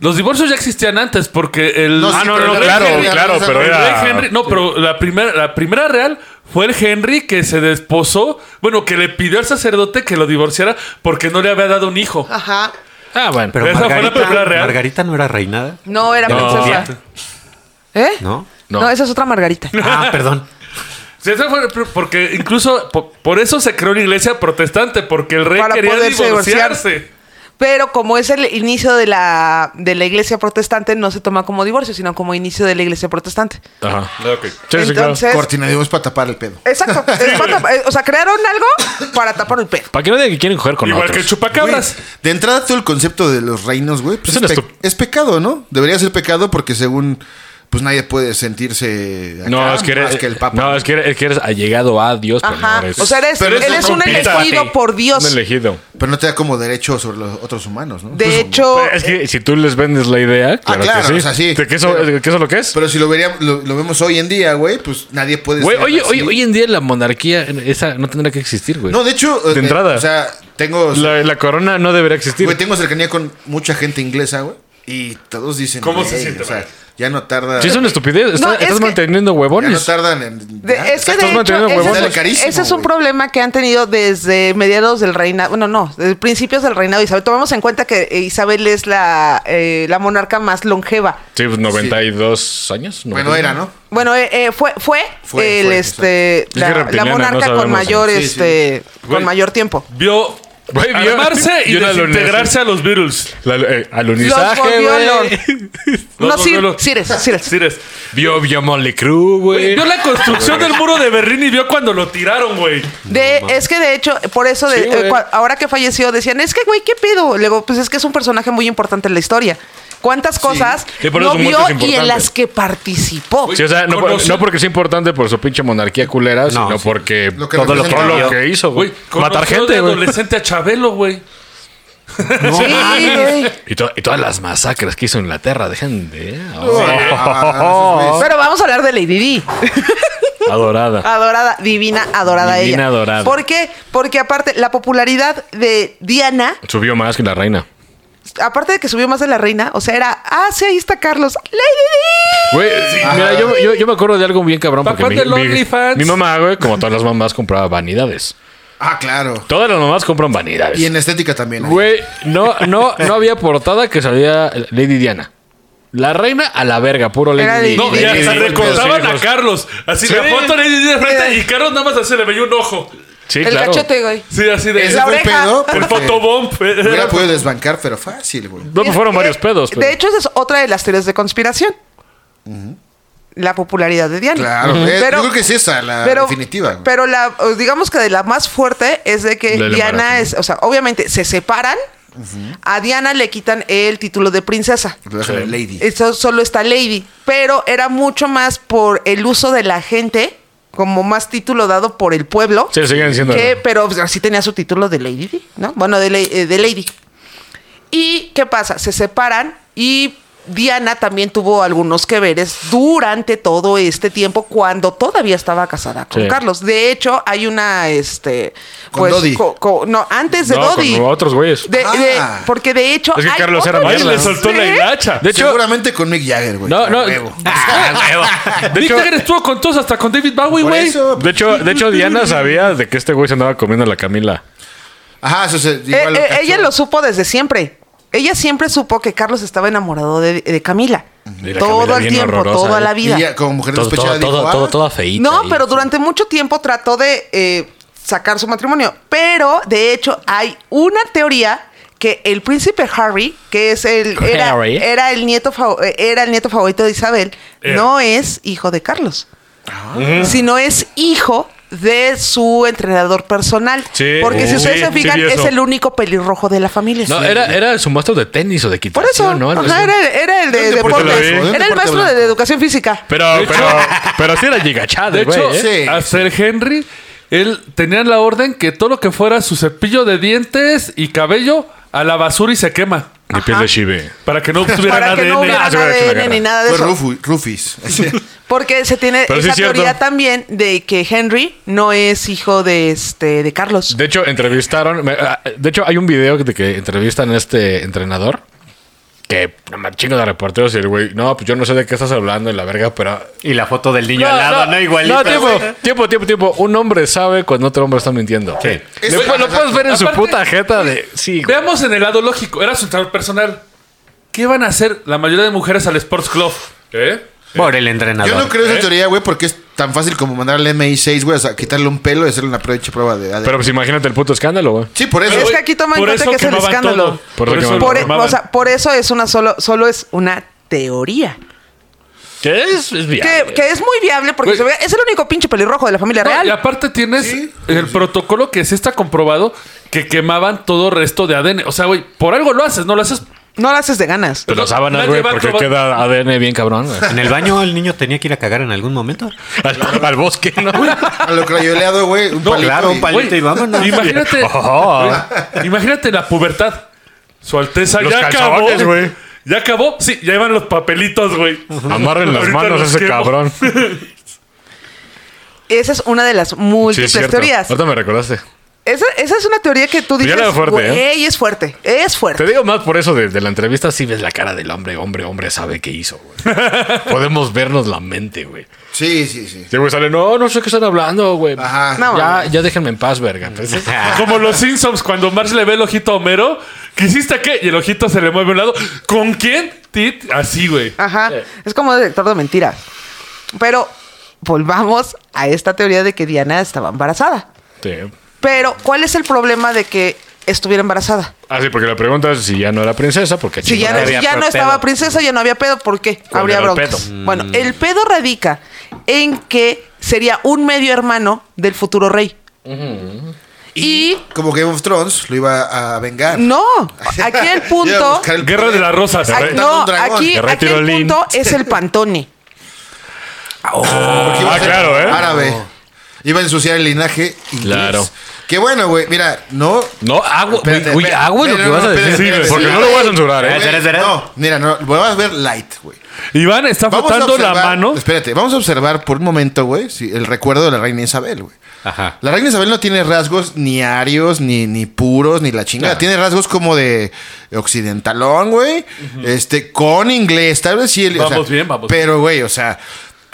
S2: Los divorcios ya existían antes porque el.
S4: No,
S3: ah,
S4: sí,
S3: no,
S4: pero
S3: no,
S4: la-
S3: claro,
S4: la- la-
S3: claro,
S4: la-
S3: pero
S4: la-
S2: El
S3: era.
S2: rey Henry, no, pero la primera, la primera real fue el Henry que se desposó, bueno, que le pidió al sacerdote que lo divorciara porque no le había dado un hijo.
S5: Ajá.
S3: Ah, bueno.
S6: Pero
S2: Esa fue la película
S6: Margarita,
S2: real.
S6: Margarita no era reinada,
S5: No, era
S3: No.
S5: princesa. ¿Eh?
S6: ¿no?
S3: No.
S5: No. esa es otra Margarita.
S6: Ah, perdón.
S2: Sí, esa fue- porque incluso po- por, eso se creó la iglesia protestante, porque el rey
S5: Para
S2: quería
S5: poderse
S2: divorciarse.
S5: Pero como es el inicio de la, de la iglesia protestante, no se toma como divorcio, sino como inicio de la iglesia protestante.
S3: Ajá. Sí, sí, claro.
S5: Entonces,
S4: Cortina de es para tapar el pedo.
S5: exacto. es para- eh, o sea, crearon algo para tapar el pedo.
S3: Para que no digan que quieren coger con
S2: Igual que
S3: otros.
S2: el chupacabras.
S4: Güey, de entrada, todo el concepto de los reinos, güey,
S3: Es
S4: pues es,
S3: una
S4: pe-
S3: estu-
S4: es pecado, ¿no? Debería ser pecado porque según, pues nadie puede sentirse... acá
S3: No, es que eres.
S4: más que el Papa.
S3: No, es que eres, es que eres allegado a Dios, pero
S5: Ajá.
S3: no eres.
S5: O sea, eres,
S4: Pero es
S5: él
S4: un
S5: es un
S4: compita.
S5: elegido por Dios.
S3: Un elegido.
S4: Pero no te da como derecho sobre los otros humanos, ¿no? Pues,
S5: De hecho,
S3: Pero es que si tú les vendes la idea, claro,
S4: Ah, claro,
S3: que sí.
S4: o sea, sí.
S3: ¿De qué eso,
S4: Pero-
S3: qué eso es lo que es?
S4: Pero si lo, veríamos, lo, lo vemos hoy en día, güey, pues nadie puede...
S3: Güey,
S4: ser
S3: oye,
S4: así.
S3: oye, hoy en día la monarquía esa no tendrá que existir, güey.
S4: No, de hecho...
S3: De
S4: eh,
S3: entrada.
S4: O sea, tengo...
S3: la, la corona no debería existir.
S4: Güey, tengo cercanía con mucha gente inglesa, güey. Y todos dicen.
S2: ¿Cómo se
S4: "Güey,
S2: siente,
S4: O sea,
S2: Mario?
S4: ya no tarda.
S3: Sí, es una estupidez. Está-
S5: No, es
S3: estás
S5: que-
S3: manteniendo
S4: ya no
S3: huevones.
S4: tardan en.
S5: de-
S4: ya,
S5: es
S4: exacto.
S5: que de
S3: estás
S5: hecho,
S3: manteniendo
S5: ese,
S3: huevones.
S5: es,
S4: Sale carísimo,
S5: ese es un
S4: güey.
S5: problema que han tenido desde mediados del reinado, bueno, no, desde principios del reinado de Isabel. Tomemos en cuenta que eh, Isabel es la, eh, la monarca más longeva.
S3: Sí, pues 92 años.
S4: Bueno,
S3: 92.
S4: era, ¿no?
S5: Bueno, eh, eh, fue, fue,
S4: Fue,
S5: el
S4: fue,
S5: este
S3: Es que
S5: la, la
S3: reptiliana, no
S5: monarca con
S3: sabemos.
S5: mayor
S4: Sí, sí.
S5: este
S2: Güey.
S5: con mayor tiempo.
S2: Vio
S3: Güey, vio-
S2: Armarse y
S3: vio la
S2: desintegrarse a los Beatles.
S3: La- eh,
S5: Los
S3: alunizaje,
S5: volvió
S3: güey.
S2: Los
S5: No,
S2: dos
S5: Sir,
S2: vuelos.
S5: Sires, Sires.
S2: Sires.
S3: Vio, vio Molly Crew, güey.
S2: Vio la construcción del muro de Berlín y vio cuando lo tiraron, güey.
S5: De, es que de hecho, por eso, de,
S3: Sí, güey.
S5: eh, cua- ahora que falleció, decían, es que, güey, ¿qué pedo? Le digo, pues es que es un personaje muy importante en la historia. ¿Cuántas cosas
S3: Sí, por eso
S5: no
S3: su muerte
S5: vio
S3: es
S5: y
S3: importante.
S5: en las que participó?
S3: Sí, o sea, no, por-
S2: Conoce-
S3: no porque sea importante por su pinche monarquía culera, sino
S6: sí.
S3: porque
S4: Lo que
S3: todo lo,
S4: representa.
S3: todo lo que hizo, güey.
S2: Güey,
S3: Matar
S2: conoció de
S3: gente, güey.
S2: adolescente a Chabelo, güey.
S5: sí, güey.
S3: Y, to- y todas las masacres que hizo Inglaterra, dejen de... ¿eh?
S4: Ah,
S5: Pero vamos a hablar de Lady Di.
S3: Adorada.
S5: Adorada, divina, adorada
S3: Divina,
S5: ella.
S3: adorada.
S5: ¿Por qué? Porque aparte, la popularidad de Diana,
S3: Subió más que la reina.
S5: aparte de que subió más de la reina, o sea, era, ah, sí, ahí está Carlos. Lady
S3: Güey, mira, yo, yo- yo me acuerdo de algo bien cabrón.
S2: ¿Pa'
S3: Porque mi,
S2: cuándo el
S3: mi-
S2: OnlyFans?
S3: mi mamá, güey, como todas las mamás, compraba vanidades.
S4: Ah, claro.
S3: Todas las mamás compran vanidades.
S4: Y en estética también. ahí.
S3: Güey, no, no, no había portada que salía Lady Diana. La reina a la verga, puro Lady
S5: Era
S3: Di-
S5: Lady
S2: No,
S5: Di.
S3: Lady
S2: ya
S3: Di
S2: se
S3: golpe de
S2: recortaban
S3: hijos.
S2: a Carlos. Así la foto le di de frente y Carlos nada más así le veía un ojo.
S3: Sí,
S5: Di. El
S3: claro.
S5: cachote, güey.
S2: Sí, así de.
S4: Ese
S5: la
S4: fue el
S5: oreja.
S4: pedo.
S2: el
S4: porque
S2: fotobomb.
S4: Hubiera podido desbancar, pero fácil, güey.
S3: No, pues fueron
S5: Eh,
S3: varios pedos. pero-
S5: De hecho, esa es otra de las teorías de conspiración. La popularidad de Diana.
S4: Claro,
S5: Ujú.
S4: eh, yo creo que es esa, la definitiva, güey.
S5: Pero la, o digamos que de la más fuerte es de que
S3: Del
S5: Diana
S3: embarazo,
S5: es, o sea, obviamente se separan, a Diana le quitan el título de princesa.
S4: Lo dejan en Lady.
S5: Eso solo está Lady, pero era mucho más por el uso de la gente, como más título dado por el pueblo.
S3: Sí, siguen diciendo.
S5: Que,
S3: ¿no?
S5: pero pues, así tenía su título de Lady, Di, ¿no? Bueno, de, la- eh, de Lady. ¿Y qué pasa? Se separan y Diana también tuvo algunos que veres durante todo este tiempo cuando todavía estaba casada con
S3: Sí.
S5: Carlos. De hecho, hay una, este...
S4: Con Dodi.
S5: co- co- no, antes de
S3: No,
S5: Dodi.
S3: con otros güeyes.
S5: De-
S4: Ah.
S5: de- porque de hecho...
S3: Es que
S5: hay
S3: Carlos era
S5: otro-
S2: Ay,
S3: mierda.
S2: le soltó la
S5: Sí.
S2: hilacha.
S3: De hecho,
S4: Seguramente con Mick Jagger, güey.
S3: no,
S4: a
S3: no.
S4: huevo.
S3: De
S2: Mick
S3: hecho,
S2: Jagger estuvo con todos, hasta con David Bowie,
S4: Por
S2: güey.
S4: eso.
S3: de hecho, de hecho, Diana sabía de que este güey se andaba comiendo a la Camila.
S4: Ajá, eso se.
S5: Eh,
S4: igual lo
S5: eh,
S4: cachó.
S5: ella lo supo desde siempre. Ella siempre supo que Carlos estaba enamorado de, de Camila.
S3: Y la
S5: Todo
S3: Camila
S5: el
S3: bien
S5: tiempo,
S3: horrorosa,
S5: toda
S3: ¿eh?
S5: la vida.
S4: Y ya, como mujer despechada, dijo, ah,
S3: feíto.
S5: No, pero durante mucho tiempo trató de eh, sacar su matrimonio. Pero, de hecho, hay una teoría que el príncipe Harry, que es el era,
S3: Harry.
S5: era el nieto fa- eh, era el nieto favorito de Isabel,
S2: Era.
S5: no es hijo de Carlos,
S3: Ah.
S5: sino es hijo de su entrenador personal.
S3: Sí.
S5: Porque
S3: Sí,
S5: si ustedes se
S3: sí,
S5: fijan,
S3: vi
S5: es
S3: eso.
S5: el único pelirrojo de la familia.
S3: No, era, era su maestro de tenis o de
S5: Por
S3: quitación,
S5: eso,
S3: ¿no? Algo
S5: ajá,
S3: así.
S5: era, era el de
S4: Del deporte
S5: deportes,
S4: blanco, del
S5: era el
S4: deporte
S5: maestro de
S4: blanco.
S5: educación física.
S3: Pero, pero, pero sí era gigachada,
S2: De
S3: güey.
S2: hecho,
S3: ¿eh?
S4: sí.
S2: a Sir Henry, él tenía la orden que todo lo que fuera su cepillo de dientes y cabello a la basura y se quema.
S3: Ni piel de chive.
S2: Para que no tuvieran
S5: para que
S2: ADN.
S5: no hubiera
S3: Ah, se hubiera hecho la
S5: ADN ni
S3: guerra.
S5: nada de
S4: Fue
S5: eso.
S4: Rufu- Rufis.
S5: Porque se tiene
S3: Pero sí
S5: esa
S3: es cierto.
S5: teoría también de que Henry no es hijo de este de Carlos.
S3: De hecho, entrevistaron. me- ah, De hecho, hay un video de que entrevistan a este entrenador. Que no me chingo de reporteros y el güey. No, pues yo no sé de qué estás hablando y la verga, pero.
S6: Y la foto del niño al lado, ¿no? Igualito.
S3: No, tiempo, tiempo, tiempo, tiempo. Un hombre sabe cuando otro hombre está mintiendo. Sí. Después lo puedes ver en su
S2: Aparte-
S3: puta jeta de. Sí, güey.
S2: Veamos en el lado lógico. Era su entrenador personal. ¿Qué van a hacer la mayoría de mujeres al Sports Club? ¿Eh?
S6: Por el entrenador.
S4: Yo no creo esa teoría, güey, porque es tan fácil como mandarle MI6, güey, o sea, quitarle un pelo y hacerle una pinche prueba de ADN.
S3: Pero pues imagínate el puto escándalo, güey.
S4: sí, por eso.
S5: es que aquí toma en
S2: Por
S5: cuenta
S2: eso
S5: que es el
S2: quemaban
S5: escándalo.
S2: todo.
S3: Por
S2: Por
S3: eso
S2: eso
S3: quemaban
S2: lo
S5: Por, e-
S2: quemaban.
S5: o sea, por eso es una solo, solo es una teoría.
S3: ¿Qué es? Es viable.
S5: Que, que es muy viable porque
S2: Güey.
S5: se ve- es el único pinche pelirrojo de la familia
S2: No,
S5: real.
S2: y aparte tienes el protocolo que sí está comprobado que quemaban todo resto de ADN. O sea, güey, por algo lo haces, no lo haces.
S5: No la haces de ganas.
S3: Pero las sábanas,
S2: Nadie
S3: güey,
S2: va a
S3: porque
S2: probar-
S3: queda ADN bien cabrón, güey.
S6: En el baño el niño tenía que ir a cagar en algún momento.
S3: Al, al bosque, ¿no?
S4: A lo crayoleado, güey, un
S2: No,
S4: palito.
S6: claro,
S4: y-
S6: un palito
S2: Güey,
S6: y vámonos.
S2: Imagínate,
S3: Oh.
S2: imagínate la pubertad. Su Alteza
S3: Los
S2: ya acabó.
S3: calzones, güey.
S2: Ya acabó. Sí, ya iban los papelitos, güey.
S3: Amarren las
S2: Ahorita
S3: manos a
S2: los
S3: ese
S2: quemo.
S3: cabrón.
S5: Esa es una de las
S3: Sí,
S5: múltiples
S3: es cierto.
S5: teorías.
S3: Ahorita me recordaste.
S5: Esa, esa es una teoría que tú
S3: Pero ya
S5: dices.
S3: la veo fuerte, ¿eh?
S5: "Güey, es fuerte, es fuerte.
S3: Te digo más por eso de, de la entrevista, sí ves la cara del hombre, hombre, hombre sabe qué hizo, güey. Podemos vernos la mente, güey.
S4: Sí, sí, sí.
S3: Sí, güey, sale, no, no sé qué están hablando, güey.
S4: Ajá.
S5: No,
S3: Ya, ya déjenme en paz, verga. Pues,
S2: Como los Simpsons, cuando Marge le ve el ojito a Homero, ¿qué hiciste qué? Y el ojito se le mueve a un lado. ¿Con quién? Tit, así, güey.
S5: Ajá. Es como detector de mentiras. Pero volvamos a esta teoría de que Diana estaba embarazada.
S3: sí.
S5: Pero, ¿cuál es el problema de que estuviera embarazada.
S3: Ah, sí, porque la pregunta es si ya no era princesa, porque
S5: Si ya,
S3: chingada,
S5: no, si
S7: había
S5: ya no
S7: pedo.
S5: estaba princesa, ya no había pedo, ¿por qué?
S7: ¿Cuál
S5: Habría
S7: era el
S5: broncas.
S7: pedo?
S5: Bueno, el pedo radica en que sería un medio hermano del futuro rey. Y
S4: Como Game of Thrones lo iba a vengar.
S5: no, aquí el
S4: Iba a
S5: punto.
S4: buscar el
S2: Guerra de las Rosas.
S5: Ay,
S2: ¿eh?
S5: no,
S4: un dragón.
S5: aquí,
S3: Que
S5: aquí
S3: retiro
S5: el
S3: Lin.
S5: punto es el pantone.
S4: Porque iba a
S3: Ah,
S4: ser
S3: claro, ¿eh?
S4: Árabe. Iba a ensuciar el linaje inglés.
S3: Claro.
S4: Qué bueno, güey. Mira, no.
S3: No, agua, güey,
S4: Espérate,
S3: ah, güey,
S4: espérate.
S3: agua es lo
S4: No,
S3: que
S4: no,
S3: vas a
S4: no,
S3: decir.
S4: espérate,
S3: Sí,
S4: espérate,
S3: porque no
S4: espérate,
S3: lo voy a
S4: güey.
S3: censurar, ¿eh?
S4: Güey,
S6: Espera, espera.
S4: No, mira, no. Lo vas a ver light, güey.
S2: Iván está
S4: Vamos a
S2: frotando la
S4: observar-
S2: mano.
S4: Espérate, vamos a observar por un momento, güey, si el recuerdo de la reina Isabel, güey.
S6: Ajá.
S4: La reina Isabel no tiene rasgos ni arios, ni, ni puros, ni la chingada. Tiene rasgos como de occidentalón, güey. Este, con inglés, tal vez sí. el- o
S2: Vamos
S4: sea,
S2: bien, vamos
S4: Pero, güey, o sea,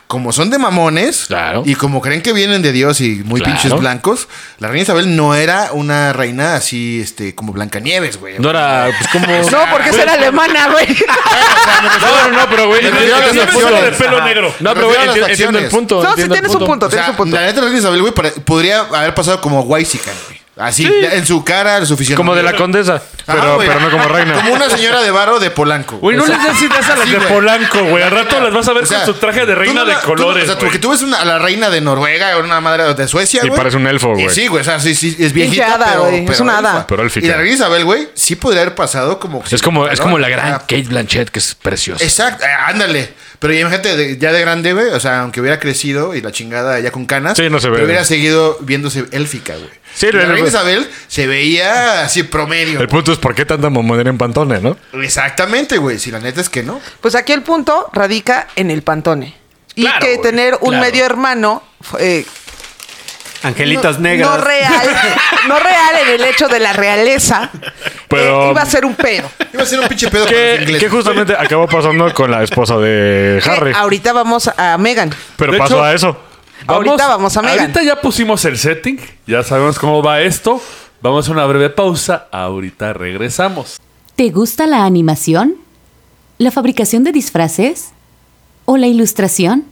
S4: como son de mamones.
S3: Claro.
S4: Y como creen que vienen de Dios y muy
S3: Claro.
S4: pinches blancos. La reina Isabel no era una reina así, este, como Blancanieves, güey.
S3: No era, pues como.
S5: No, porque es la alemana, güey.
S3: No, no, no, pero güey.
S4: Me refiero a las
S3: entiendo el punto.
S4: acciones.
S2: de pelo negro.
S3: No,
S4: Me
S3: pero güey,
S4: refiero a las
S3: enti- entiendo el
S4: acciones.
S3: punto.
S5: No, sí
S3: entiendo el
S5: tienes un punto.
S4: O sea,
S5: tienes un punto.
S4: La neta, la reina Isabel, güey, pare- podría haber pasado como Guaysican, güey. Así, en su cara, su fisionomía.
S3: Como de la condesa,
S4: Ah,
S3: pero,
S4: güey.
S3: pero no como reina.
S4: Como una señora de varo de Polanco.
S2: Güey, no les des ideas a las
S4: Sí,
S2: de
S4: güey.
S2: Polanco, güey. Al rato las vas a ver
S4: O sea,
S2: con su traje de
S4: tú
S2: reina
S4: no la-
S2: de
S4: tú no-
S2: colores.
S4: o sea,
S2: güey.
S4: porque tú ves una- a la reina de Noruega o una madre de Suecia,
S3: Y
S4: güey.
S3: parece un elfo, güey.
S4: Y Sí, güey, o sea, sí, sí, es viejita,
S5: Pinche hada,
S4: pero,
S5: güey, es
S4: pero
S5: una hada.
S4: elfa.
S3: Pero élfica.
S4: Y la reina Isabel, güey, sí podría haber pasado como...
S3: Es como, es como la gran
S4: Ah,
S3: Kate Blanchett, que es preciosa.
S4: Exacto, eh, ándale. Pero imagínate, de- ya de grande, güey, o sea, aunque hubiera crecido y la chingada ya con canas,
S3: Sí, no se ve,
S4: pero hubiera
S3: güey.
S4: seguido viéndose élfica, güey.
S3: Sí,
S4: Y
S3: no,
S4: la
S3: no,
S4: reina
S3: pues.
S4: Isabel se veía así promedio.
S3: El punto es por qué tanta mamonera en Pantone, ¿no?
S4: güey. Exactamente, güey, si la neta es que no.
S5: Pues aquí el punto radica en el pantone. Y
S3: Claro,
S5: que
S3: güey,
S5: tener un
S3: claro.
S5: medio hermano eh,
S6: Angelitos
S5: no,
S6: negros.
S5: No real, no real en el hecho de la realeza.
S3: Pero- um,
S5: eh, iba a ser un pedo.
S4: Iba a ser un pinche pedo para los
S3: Que,
S4: ingleses.
S3: que justamente acabó pasando con la esposa de
S5: Que
S3: Harry.
S5: Ahorita vamos a Megan.
S3: Pero
S2: De
S3: pasó
S2: hecho-
S3: a eso.
S5: Ahorita vamos a Megan.
S2: Ahorita ya pusimos el setting. Ya sabemos cómo va esto. Vamos a una breve pausa. Ahorita regresamos.
S1: ¿Te gusta la animación? ¿La fabricación de disfraces? ¿O la ilustración?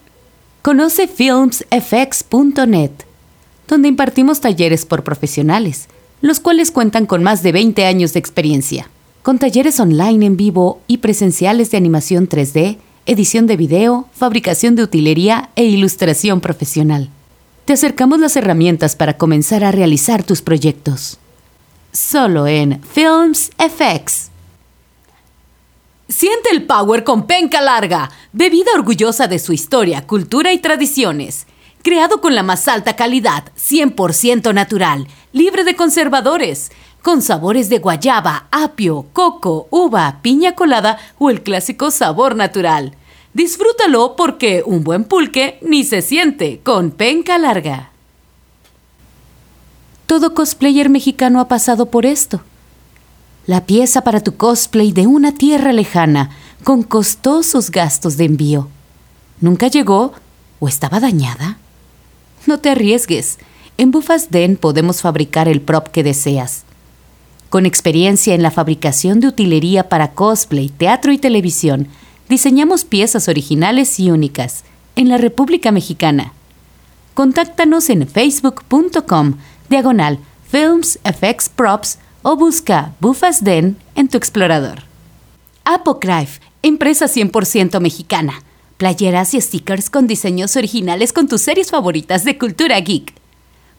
S1: Conoce filmsfx.net, donde impartimos talleres por profesionales, los cuales cuentan con más de 20 años de experiencia, con talleres online en vivo y presenciales de animación 3D, edición de video, fabricación de utilería e ilustración profesional. Te acercamos las herramientas para comenzar a realizar tus proyectos solo en Films FX. Siente el power con penca larga, bebida orgullosa de su historia, cultura y tradiciones. Creado con la más alta calidad, 100% natural, libre de conservadores, con sabores de guayaba, apio, coco, uva, piña colada o el clásico sabor natural. Disfrútalo porque un buen pulque ni se siente con penca larga. Todo cosplayer mexicano ha pasado por esto. La pieza para tu cosplay de una tierra lejana, con costosos gastos de envío. ¿Nunca llegó o estaba dañada? No te arriesgues. En Bufas Den podemos fabricar el prop que deseas. Con experiencia en la fabricación de utilería para cosplay, teatro y televisión, diseñamos piezas originales y únicas en la República Mexicana. Contáctanos en facebook.com diagonal Films FX Props o busca Bufas Den en tu explorador. Apocryph, empresa 100% mexicana. Playeras y stickers con diseños originales con tus series favoritas de cultura geek.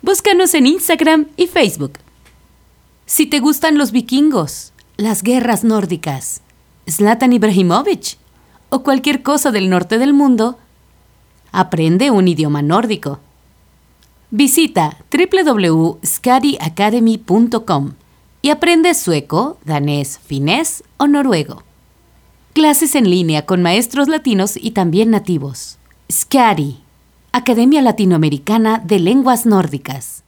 S1: Búscanos en Instagram y Facebook. Si te gustan los vikingos, las guerras nórdicas, Zlatan Ibrahimovic o cualquier cosa del norte del mundo, aprende un idioma nórdico. Visita www.skadiacademy.com y aprende sueco, danés, finés o noruego. Clases en línea con maestros latinos y también nativos. SCADI, Academia Latinoamericana de Lenguas Nórdicas.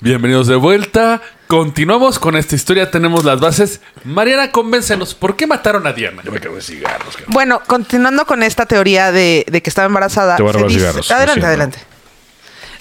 S2: Bienvenidos de vuelta. Continuamos con esta historia. Tenemos las bases. Mariana, convéncenos. ¿Por qué mataron a Diana? Yo me quedo de cigarros.
S5: Bueno, continuando con esta teoría de, de que estaba embarazada.
S3: Te voy a
S5: se
S3: robar
S5: dice-
S3: cigarros, lo
S5: Adelante,
S3: siento.
S5: adelante.